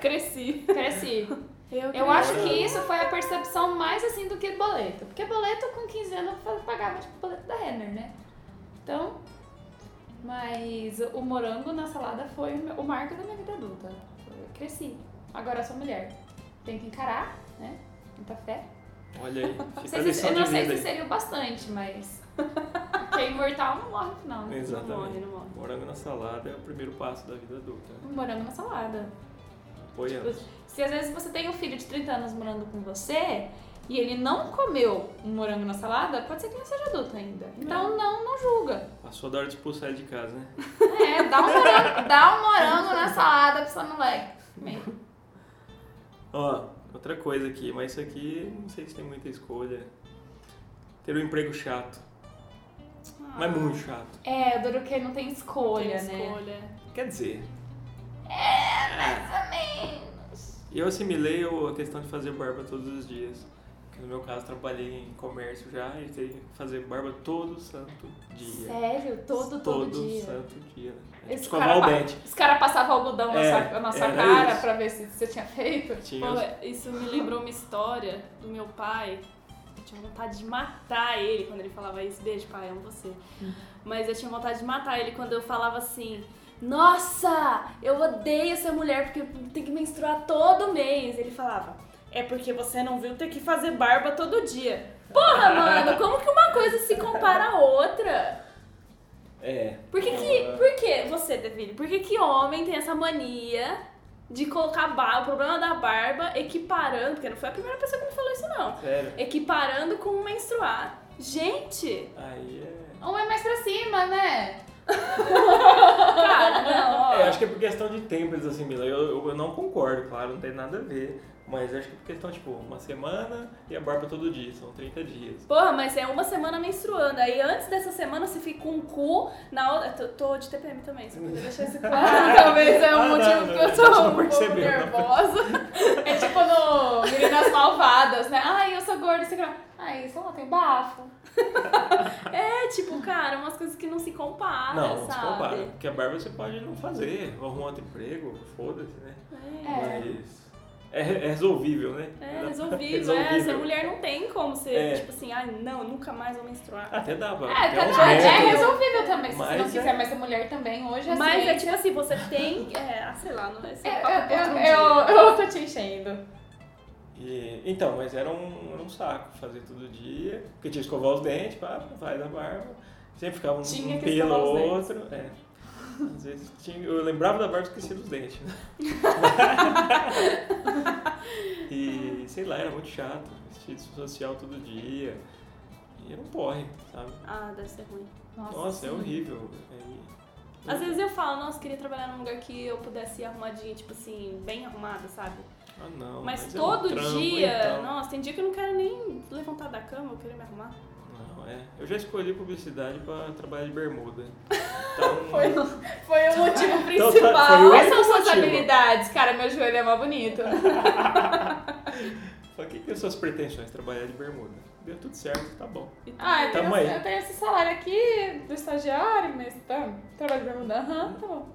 Speaker 3: Cresci.
Speaker 1: Cresci.
Speaker 3: Eu,
Speaker 1: Eu acho que isso foi a percepção mais assim do que boleto. Porque boleto com 15 anos eu fa- pagava tipo boleto da Renner, né? Então. Mas o morango na salada foi o meu- o marco da minha vida adulta. Eu cresci. Agora eu sou mulher. Tenho que encarar, né? Muita fé.
Speaker 2: Olha aí.
Speaker 1: Não
Speaker 2: Fica a
Speaker 1: sei se, eu
Speaker 2: lição de
Speaker 1: não sei
Speaker 2: vida
Speaker 1: se
Speaker 2: aí.
Speaker 1: seria o bastante, mas. Quem imortal não morre no final. né?
Speaker 2: Exatamente.
Speaker 3: Não morre, não morre.
Speaker 2: Morango na salada é o primeiro passo da vida adulta. né?
Speaker 1: Morango na salada.
Speaker 2: Apoiando.
Speaker 1: Se às vezes você tem um filho de 30 anos morando com você e ele não comeu um morango na salada, pode ser que não seja adulto ainda. Então não, não julga.
Speaker 2: Passou da hora de expulsar ele de casa, né?
Speaker 1: É, dá um morango, dá um morango na salada pra essa moleque. Bem,
Speaker 2: Ó, outra coisa aqui, mas isso aqui não sei se tem muita escolha. Ter um emprego chato.
Speaker 1: Ah.
Speaker 2: Mas muito chato.
Speaker 1: É, o duro que não tem escolha, né?
Speaker 3: Escolha.
Speaker 2: Quer dizer,
Speaker 1: É,
Speaker 2: É.
Speaker 1: Também.
Speaker 2: eu assimilei o- a questão de fazer barba todos os dias. Porque no meu caso trabalhei em comércio já e teria que fazer barba todo santo dia.
Speaker 1: Sério? Todo, todo, dia.
Speaker 2: santo dia. né? É tipo
Speaker 1: Esse
Speaker 2: escovar
Speaker 1: cara
Speaker 2: o
Speaker 1: pa-
Speaker 2: dente.
Speaker 1: Os caras passavam algodão na
Speaker 2: É,
Speaker 1: sua, na sua
Speaker 2: era
Speaker 1: cara
Speaker 2: isso.
Speaker 1: pra ver se você tinha feito.
Speaker 2: Tinha os-
Speaker 3: Pô, isso me lembrou uma história do meu pai. Eu tinha vontade de matar ele quando ele falava isso. Beijo, pai, amo você. Mas eu tinha vontade de matar ele quando eu falava assim. Nossa, eu odeio essa mulher porque tem que menstruar todo mês. Ele falava, é porque você não viu ter que fazer barba todo dia. Porra, mano, como que uma coisa se compara à outra?
Speaker 2: É.
Speaker 3: Por que que, por que você, Deville, por que que homem tem essa mania de colocar barba, o problema da barba, equiparando, porque não foi a primeira pessoa que me falou isso não,
Speaker 2: Sério?
Speaker 3: equiparando com menstruar. Gente,
Speaker 2: Aí é.
Speaker 1: Um é mais pra cima, né?
Speaker 3: cara, não, ó.
Speaker 2: É, acho que é por questão de tempo eles assimilam. Eu, eu, eu não concordo, claro, não tem nada a ver. Mas acho que é por questão, tipo, uma semana e a barba todo dia, são 30 dias.
Speaker 3: Porra, mas é uma semana menstruando, aí antes dessa semana você fica com um cu, na outra... Tô, tô de TPM também, só pra deixar isso claro.
Speaker 1: Talvez é um
Speaker 2: Ah, não,
Speaker 1: motivo
Speaker 2: não,
Speaker 1: que eu
Speaker 2: a gente
Speaker 1: sou
Speaker 2: não
Speaker 1: um pouco
Speaker 2: percebeu, não.
Speaker 1: nervosa. É tipo no Meninas Malvadas, né? Ai, eu sou gorda, você Ai, sei lá, tem bafo.
Speaker 3: É, tipo, cara, umas coisas que não se
Speaker 1: Ah,
Speaker 3: comparam,
Speaker 2: não, não se
Speaker 3: sabe?
Speaker 2: compara. Porque a barba você pode não fazer, ou arrumar outro emprego, foda-se, né?
Speaker 1: É.
Speaker 2: Mas é, é resolvível, né?
Speaker 3: É, é resolvido.
Speaker 2: Resolvível.
Speaker 3: É, ser mulher não tem como ser,
Speaker 2: É.
Speaker 3: tipo assim, ai, não, nunca mais vou menstruar.
Speaker 2: Até dava.
Speaker 1: É,
Speaker 2: tem uns
Speaker 1: tá, é,
Speaker 2: métodos.
Speaker 1: resolvível também. Se você não
Speaker 2: Mas é-
Speaker 1: quiser mais ser mulher também, hoje é
Speaker 3: Mas é
Speaker 1: assim.
Speaker 3: tipo assim, você tem. É, ah, sei lá, não é esse
Speaker 1: Eu,
Speaker 3: papo pra
Speaker 1: eu,
Speaker 3: outro dia.
Speaker 1: eu, eu tô te enchendo.
Speaker 2: E- então, mas era um, era um saco fazer todo dia, porque tinha que escovar os dentes, pá, faz a barba. Sempre ficava um,
Speaker 3: Tinha
Speaker 2: um
Speaker 3: que
Speaker 2: pelo
Speaker 3: escovar
Speaker 2: ou
Speaker 3: os
Speaker 2: outro. É. Às vezes tinha, eu lembrava da barba e esquecia dos dentes. né? e sei lá, era muito chato. Vestido social todo dia. E era um porre, sabe?
Speaker 3: Ah, deve ser ruim.
Speaker 1: Nossa,
Speaker 2: Nossa, é
Speaker 1: sim.
Speaker 2: horrível. É-
Speaker 3: Às vezes eu falo, nossa, queria trabalhar num lugar que eu pudesse ir arrumadinha, tipo assim, bem arrumada, sabe?
Speaker 2: Ah, não.
Speaker 3: Mas,
Speaker 2: é um
Speaker 3: todo
Speaker 2: trampo,
Speaker 3: dia,
Speaker 2: então.
Speaker 3: nossa, tem dia que eu não quero nem levantar da cama, eu quero me arrumar.
Speaker 2: Não, é. Eu já escolhi publicidade pra trabalhar de bermuda. Então,
Speaker 1: Foi, foi É o motivo
Speaker 2: Então,
Speaker 1: principal.
Speaker 2: tá- foi o
Speaker 1: Quais
Speaker 2: único
Speaker 1: são suas
Speaker 2: motivo.
Speaker 1: habilidades? Cara, meu joelho é mais bonito.
Speaker 2: Só que que suas pretensões? Trabalhar de bermuda. Deu tudo certo, tá bom.
Speaker 3: E tudo
Speaker 1: Ah, eu
Speaker 3: bem.
Speaker 2: Tamo
Speaker 1: tenho,
Speaker 2: aí.
Speaker 1: eu tenho esse salário aqui do estagiário, mas tá. Trabalho pra mudar. Aham, tá bom.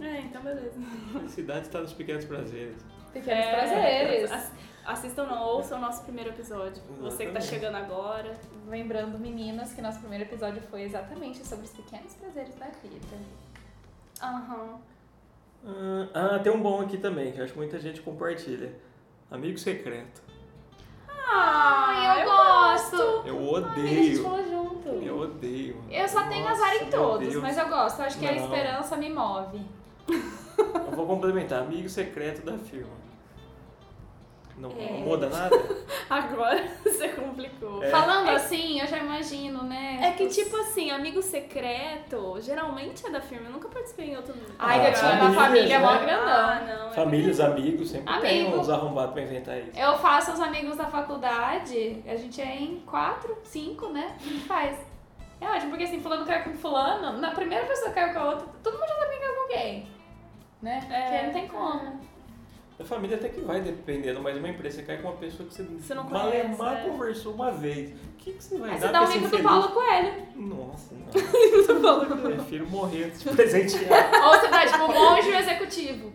Speaker 3: É, então beleza.
Speaker 2: Felicidade está tá nos pequenos prazeres.
Speaker 1: Pequenos
Speaker 3: É,
Speaker 1: prazeres.
Speaker 3: ass- Assistam, não, ouçam o nosso primeiro episódio. Você que tá
Speaker 2: Exatamente.
Speaker 3: chegando agora.
Speaker 1: Lembrando, meninas, que nosso primeiro episódio foi exatamente sobre os pequenos prazeres da vida.
Speaker 3: Aham.
Speaker 2: Ah, ah, tem um bom aqui também, que eu acho que muita gente compartilha. Amigo secreto.
Speaker 3: Ah,
Speaker 1: Ai, eu gosto.
Speaker 2: Eu
Speaker 1: Amiga, a gente
Speaker 2: odeio.
Speaker 1: falou junto.
Speaker 2: Eu odeio.
Speaker 1: Eu só tenho
Speaker 2: Nossa,
Speaker 1: azar em
Speaker 2: meu
Speaker 1: todos,
Speaker 2: Deus.
Speaker 1: mas eu gosto. Eu acho que a
Speaker 2: Não.
Speaker 1: esperança me move.
Speaker 2: Eu vou complementar. Amigo secreto da firma. Não
Speaker 1: É.
Speaker 2: muda nada?
Speaker 3: Agora você complicou.
Speaker 2: É.
Speaker 1: Falando assim, eu já imagino, né?
Speaker 3: É que, tipo assim, amigo secreto geralmente é da firma. Eu nunca participei em outro.
Speaker 1: Ai,
Speaker 2: Ah,
Speaker 1: Gatinho, na
Speaker 2: famílias,
Speaker 1: família é mó
Speaker 2: né?
Speaker 1: grandão.
Speaker 3: Ah, não. é
Speaker 2: Famílias, amigos, sempre tem
Speaker 1: Amigo.
Speaker 2: uns arrombados pra inventar isso.
Speaker 1: Eu faço os amigos da faculdade, a gente é em quatro, cinco, né? A gente faz. É ótimo, porque assim, fulano caiu com fulano, na primeira pessoa caiu com a outra, todo mundo já sabe que caiu com alguém. Né?
Speaker 3: É.
Speaker 1: Porque não tem como.
Speaker 2: A família até que vai dependendo, mas uma empresa você cai com uma pessoa que você,
Speaker 3: Você não
Speaker 2: malemar
Speaker 3: conhece, é.
Speaker 2: conversou uma vez. O que, que você vai
Speaker 1: Aí
Speaker 2: dar
Speaker 1: você dá o
Speaker 2: pra ser
Speaker 1: amigo do
Speaker 2: feliz?
Speaker 1: Paulo Coelho.
Speaker 2: Nossa, não.
Speaker 3: que-
Speaker 2: Prefiro morrer antes de presentear.
Speaker 1: Ou você dá, tipo, o monge e o executivo.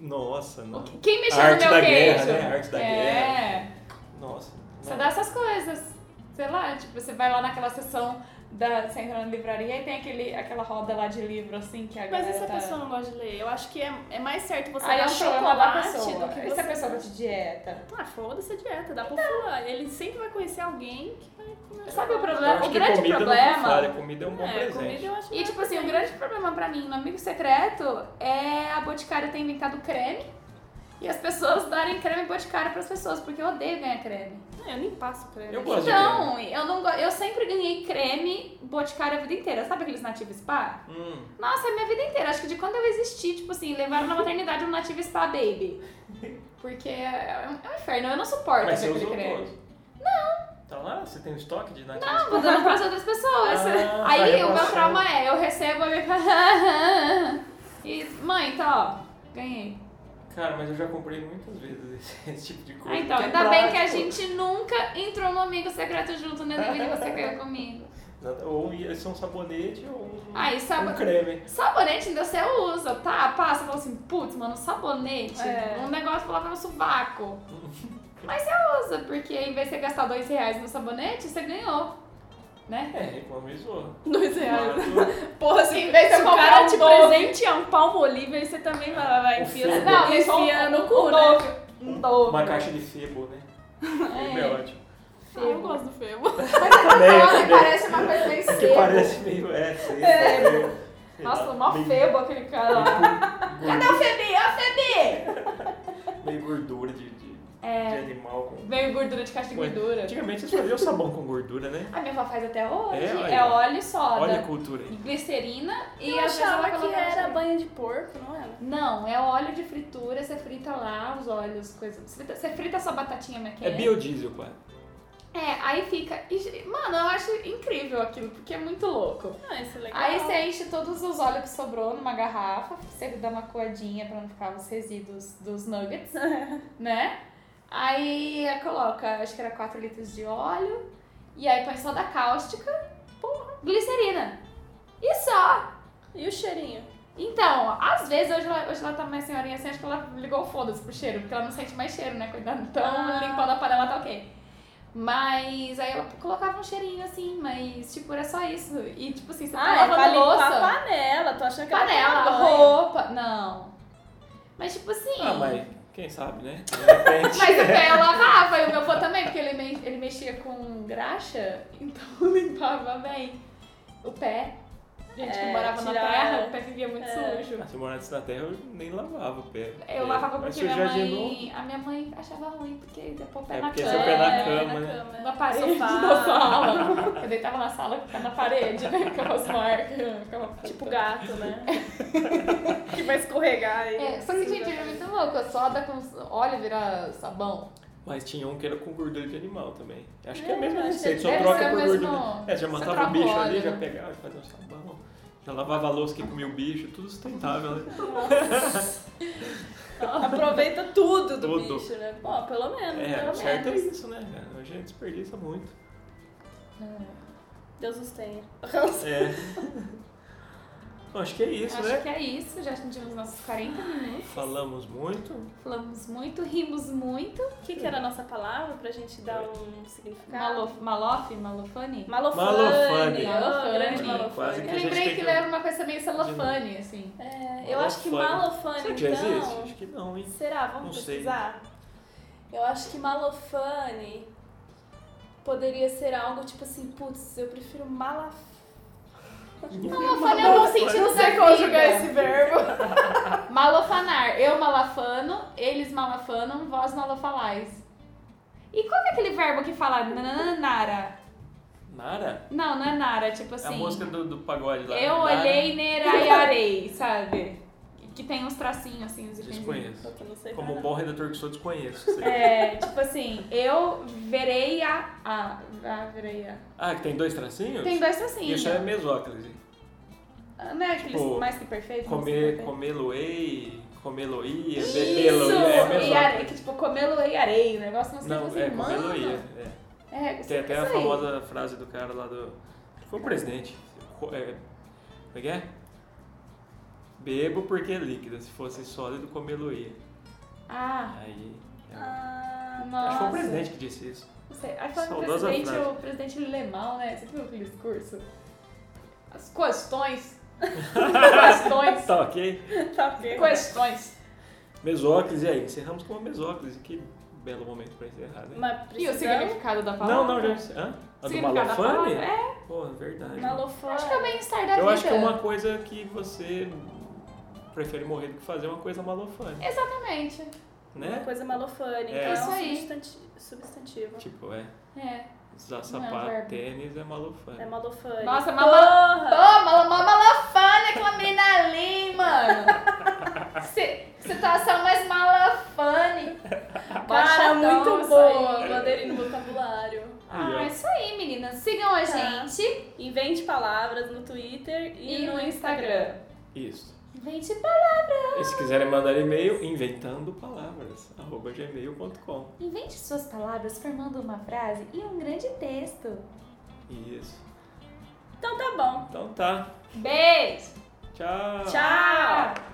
Speaker 2: Nossa,
Speaker 1: O
Speaker 2: não.
Speaker 1: que- Quem mexeu
Speaker 2: Arte
Speaker 1: no meu
Speaker 2: da
Speaker 1: queijo?
Speaker 2: guerra, né? Arte da
Speaker 1: é.
Speaker 2: Nossa.
Speaker 1: Você
Speaker 2: não.
Speaker 1: dá essas coisas. Sei lá, tipo, você vai lá naquela sessão da. Você entra na livraria e tem aquele, aquela roda lá de livro, assim, que a
Speaker 3: Mas
Speaker 1: galera
Speaker 3: essa
Speaker 1: tá...
Speaker 3: pessoa não gosta de ler. Eu acho que é, é mais certo você
Speaker 1: Aí é
Speaker 3: dar
Speaker 1: um problema da
Speaker 3: chocolate
Speaker 1: pessoa.
Speaker 3: do que
Speaker 1: E
Speaker 3: você...
Speaker 1: se a pessoa tá de dieta?
Speaker 3: Ah, foda-se a dieta. Dá pra falar. Ele sempre vai conhecer alguém que vai... conversar.
Speaker 1: Sabe o
Speaker 2: Eu
Speaker 1: problema?
Speaker 2: acho
Speaker 1: o
Speaker 2: que
Speaker 1: grande
Speaker 2: comida
Speaker 1: problema-
Speaker 2: Não falha. Comida é um bom
Speaker 3: É, comida
Speaker 2: presente.
Speaker 3: eu acho
Speaker 1: E, tipo assim, o grande problema pra mim no Amigo Secreto é a Boticário ter inventado creme e as pessoas darem creme Boticário pras pessoas, porque eu odeio ganhar creme.
Speaker 3: Ah, eu nem passo pra ele.
Speaker 2: Eu gosto. de
Speaker 1: então, eu, não, go- eu sempre ganhei creme Boticário a vida inteira. Sabe aqueles nativos spa?
Speaker 2: Hum.
Speaker 1: Nossa, é minha vida inteira. Acho que de quando eu existi, tipo assim, levaram na maternidade um nativo spa baby. Porque é um, é um inferno, eu não suporto
Speaker 2: Mas você
Speaker 1: ver aquele
Speaker 2: usou
Speaker 1: creme.
Speaker 2: todos? Não. Tá lá? Você tem um estoque de nativos?
Speaker 1: Não, vou dando pras outras pessoas.
Speaker 2: Ah,
Speaker 1: Aí
Speaker 2: tá
Speaker 1: o meu
Speaker 2: repassando.
Speaker 1: trauma é, eu recebo a minha... E, mãe, tá, ó, ganhei.
Speaker 2: Cara, mas eu já comprei muitas vezes esse, esse tipo de coisa.
Speaker 1: Ah, então,
Speaker 2: que é
Speaker 1: ainda bem que a
Speaker 2: prático.
Speaker 1: gente nunca entrou no Amigo Secreto junto, né, David? Você ganhou comigo.
Speaker 2: Exato. Ou ia ser um sabonete ou um,
Speaker 1: Ah, e
Speaker 2: um
Speaker 1: sabe...
Speaker 2: creme.
Speaker 1: Sabonete ainda você usa, tá? Passa, fala assim, putz, mano, sabonete.
Speaker 3: É.
Speaker 1: Um negócio pra lavar no sovaco. Mas você usa, porque em vez de você gastar dois reais no sabonete, você ganhou. Né?
Speaker 2: É, economizou.
Speaker 3: Dois reais.
Speaker 2: Mas
Speaker 3: Porra,
Speaker 1: Em
Speaker 3: se,
Speaker 1: vez de eu
Speaker 3: se o
Speaker 1: comprar
Speaker 3: cara
Speaker 1: um
Speaker 3: te
Speaker 1: doce.
Speaker 3: presentear um palmo olive, aí você também vai, vai, vai enfia,
Speaker 2: Não,
Speaker 1: Não, mas
Speaker 3: enfia
Speaker 1: um-
Speaker 3: no cu,
Speaker 1: um
Speaker 3: né?
Speaker 1: dobro. Um dobro.
Speaker 2: Uma caixa de febo, né? Febo é ótimo.
Speaker 3: Ah, eu gosto do febo.
Speaker 2: Também,
Speaker 1: Nossa,
Speaker 2: também.
Speaker 1: parece uma coisa meio
Speaker 2: É que
Speaker 1: sebo.
Speaker 2: parece meio. É, sei,
Speaker 1: É.
Speaker 2: meio- sei
Speaker 1: Nossa,
Speaker 2: lá,
Speaker 1: mó
Speaker 2: meio-
Speaker 1: febo aquele cara lá. Cadê o Febi? Ó, Febi!
Speaker 2: Meio gordura de, de,
Speaker 1: É,
Speaker 2: de animal. Com...
Speaker 1: veio gordura de caixa de gordura.
Speaker 2: Antigamente eles faziam sabão com gordura, né?
Speaker 1: A minha avó faz até hoje.
Speaker 2: Tipo- É, olha.
Speaker 1: É, óleo e soda.
Speaker 2: Olha a cultura aí.
Speaker 1: Glicerina e
Speaker 3: eu
Speaker 1: às vezes ela
Speaker 3: achava que
Speaker 1: colocava
Speaker 3: era
Speaker 1: geleia.
Speaker 3: banho de porco, não era?
Speaker 1: Não, é óleo de fritura, você frita lá os óleos, coisa. Você frita, você frita sua batatinha
Speaker 2: É
Speaker 1: McKenna.
Speaker 2: biodiesel, quase.
Speaker 1: É, aí fica. e, Mano, eu acho incrível aquilo, porque é muito louco.
Speaker 3: Ah, isso é legal.
Speaker 1: Aí você enche todos os óleos que sobrou numa garrafa, você dá uma coadinha pra não ficar os resíduos dos nuggets, né? Aí coloca, acho que era 4 litros de óleo. E aí põe soda cáustica, porra, glicerina. E só!
Speaker 3: E o cheirinho?
Speaker 1: Então, às vezes, hoje ela, hoje ela tá mais senhorinha assim, acho que ela ligou o foda-se pro cheiro, porque ela não sente mais cheiro, né? Cuidado, então
Speaker 3: Ah.
Speaker 1: limpando a panela tá ok. Mas aí ela colocava um cheirinho assim, mas tipo, era só isso. E tipo assim, você tá
Speaker 3: Ah, é pra
Speaker 1: lavando
Speaker 3: limpar
Speaker 1: louça.
Speaker 3: a panela. Tô achando que ela
Speaker 1: Panela,
Speaker 3: toma banho.
Speaker 1: roupa. Não. Mas tipo assim.
Speaker 2: Ah, mas quem sabe, né? De repente.
Speaker 1: Mas o pé eu lavava e o meu pô também, porque ele, me- ele mexia com graxa, então limpava bem o pé. Gente que
Speaker 3: É,
Speaker 1: morava na
Speaker 3: tirar-
Speaker 1: terra, o pé vivia muito
Speaker 3: é.
Speaker 1: sujo.
Speaker 2: Ah, se eu morasse na terra, eu nem lavava o pé.
Speaker 1: Eu lavava
Speaker 2: É, Mas
Speaker 1: porque minha
Speaker 2: sujar de novo,
Speaker 1: mãe. A minha mãe achava ruim, porque depôs o pé
Speaker 2: É,
Speaker 1: na
Speaker 2: porque
Speaker 1: cama.
Speaker 2: seu pé na
Speaker 3: É,
Speaker 2: cama,
Speaker 3: na
Speaker 2: né?
Speaker 3: cama.
Speaker 1: Na parede,
Speaker 3: Sofá.
Speaker 1: na sala. Eu deitava na sala, ficava na parede, né? Ficava as marcas, ficava
Speaker 3: Tipo gato, né? que vai escorregar aí.
Speaker 1: É, só que, gente, era muito louco. Soda com óleo vira sabão.
Speaker 2: Mas tinha um que era com gordura de animal também. Acho que é a
Speaker 3: É,
Speaker 2: mesma
Speaker 3: acho que
Speaker 2: receita, só
Speaker 1: deve
Speaker 2: troca
Speaker 1: ser o
Speaker 2: por
Speaker 1: mesmo-
Speaker 2: gordura. É, já
Speaker 1: só
Speaker 2: matava
Speaker 1: troca
Speaker 2: o
Speaker 1: o
Speaker 2: bicho ali,
Speaker 1: óleo,
Speaker 2: já
Speaker 1: né?
Speaker 2: pegava, fazia um sabão. Já lavava a louça que comia o bicho, tudo sustentável, né?
Speaker 3: Aproveita tudo do
Speaker 2: Tudo.
Speaker 3: bicho, né? Pô, pelo menos,
Speaker 2: É, o
Speaker 3: pelo
Speaker 2: certo é
Speaker 3: menos.
Speaker 2: isso, né, cara? Hoje a gente desperdiça muito.
Speaker 1: né?
Speaker 3: Deus nos tenha.
Speaker 2: É. Bom, acho que é isso,
Speaker 1: Acho
Speaker 2: né?
Speaker 1: que é isso. Já atingimos nossos 40 minutos.
Speaker 2: Falamos muito.
Speaker 1: Falamos muito, rimos muito.
Speaker 3: O que, que era a nossa palavra pra gente dar um significado?
Speaker 1: Tá. Malof, Malof, Malofane.
Speaker 3: Malofane.
Speaker 2: Malofane.
Speaker 3: Oh, grande
Speaker 1: Malofane.
Speaker 3: malofane.
Speaker 2: Quase que
Speaker 1: Eu
Speaker 2: a gente
Speaker 1: lembrei
Speaker 2: tem
Speaker 1: que
Speaker 2: que-
Speaker 1: ele era uma coisa meio celofane, assim.
Speaker 3: É, eu acho que
Speaker 2: Malofane.
Speaker 3: malofane,
Speaker 2: Será que já existe?
Speaker 3: então...
Speaker 2: Acho que não, hein?
Speaker 3: Será? Vamos
Speaker 2: Não sei.
Speaker 3: pesquisar? Eu acho que malofane poderia ser algo tipo assim, putz, eu prefiro malafane.
Speaker 1: Malofane é um bom sentido da vida.
Speaker 3: verbo.
Speaker 1: Malofanar. Eu malafano, eles malafanam, vós malofalais. E qual que é aquele verbo que fala nanara?
Speaker 2: Nara?
Speaker 1: Não, não é nara, tipo
Speaker 2: É a
Speaker 1: assim.
Speaker 2: música do, do pagode lá.
Speaker 1: Eu
Speaker 2: Nara?
Speaker 1: olhei neraiarei, sabe? Que tem uns tracinhos assim, os iconezinhos.
Speaker 2: Desconheço.
Speaker 3: Eu não sei
Speaker 2: Como um
Speaker 3: nada.
Speaker 2: bom redator que sou, desconheço. Sei.
Speaker 1: É, tipo assim, eu verei a. a, a verei a.
Speaker 2: Ah, que tem dois tracinhos?
Speaker 1: Tem dois tracinhos.
Speaker 2: Isso é mesóclise.
Speaker 1: Não é aqueles
Speaker 2: Tipo,
Speaker 1: mais que perfeitos?
Speaker 2: Comer,
Speaker 1: comer.
Speaker 2: comê-lo-ei, comê-lo-ia,
Speaker 1: Isso!
Speaker 2: bebê-lo-ia. É
Speaker 1: e are,
Speaker 2: mesóclise.
Speaker 1: que tipo, comê-lo e areia, o negócio não sei
Speaker 2: Não,
Speaker 1: assim,
Speaker 2: é
Speaker 1: mano.
Speaker 2: comê-lo-ia. é.
Speaker 1: É,
Speaker 2: Tem
Speaker 1: sei
Speaker 2: até
Speaker 1: que
Speaker 2: a
Speaker 1: isso aí.
Speaker 2: famosa frase do cara lá do. que Foi o presidente. Co- é, Como é que é? Bebo porque é líquido. Se fosse sólido, comê-lo ia.
Speaker 1: Ah,
Speaker 2: Aí. é,
Speaker 3: Ah,
Speaker 2: Acho que foi o
Speaker 1: nossa.
Speaker 2: presidente que disse isso.
Speaker 1: não sei. Aí falando do
Speaker 2: Saudosa
Speaker 1: um presidente,
Speaker 2: frase.
Speaker 1: o presidente Lemão, né? Você viu aquele discurso? As questões. questões.
Speaker 2: Tá ok?
Speaker 3: tá ok.
Speaker 1: é questões.
Speaker 2: Mesóclise aí. Encerramos com uma mesóclise. Que belo momento pra encerrar, né?
Speaker 3: Mas
Speaker 1: E o
Speaker 3: precisamos...
Speaker 1: significado da palavra?
Speaker 2: Não, não, já. Hã? A do
Speaker 1: Significado da
Speaker 2: Malofane?
Speaker 1: palavra? É,
Speaker 2: Porra, verdade.
Speaker 3: Malofane.
Speaker 1: acho que é o bem-estar da vida.
Speaker 2: Eu acho que é uma coisa que você prefere morrer do que fazer uma coisa malofane,
Speaker 1: Exatamente.
Speaker 3: Uma
Speaker 2: né?
Speaker 3: coisa malofane.
Speaker 2: É.
Speaker 3: Então é
Speaker 1: Isso
Speaker 3: um
Speaker 1: aí.
Speaker 3: substanti- substantivo.
Speaker 2: Tipo, é.
Speaker 1: É.
Speaker 2: Usar
Speaker 1: Não é um
Speaker 2: sapato,
Speaker 1: verbo.
Speaker 2: tênis é malofane.
Speaker 3: É malofane.
Speaker 1: Nossa,
Speaker 3: Porra!
Speaker 1: mala... Pô, mala, mala, malafane aquela menina ali, mano. Se, situação mais malafane.
Speaker 3: Cara,
Speaker 1: Baixadão
Speaker 3: muito
Speaker 1: isso
Speaker 3: boa.
Speaker 1: aí.
Speaker 3: Vou aderir né? no vocabulário.
Speaker 1: Ah, é isso aí, meninas. Sigam a gente
Speaker 3: Invente palavras no Twitter e,
Speaker 1: e no Instagram.
Speaker 2: Isso.
Speaker 1: Invente palavra.
Speaker 2: E se quiserem mandar e-mail, inventando palavras, arroba gmail.com.
Speaker 1: Invente suas palavras formando uma frase e um grande texto.
Speaker 2: Isso.
Speaker 3: Então tá bom.
Speaker 2: Então tá.
Speaker 1: Beijo!
Speaker 2: Tchau.
Speaker 3: Tchau.
Speaker 1: Tchau.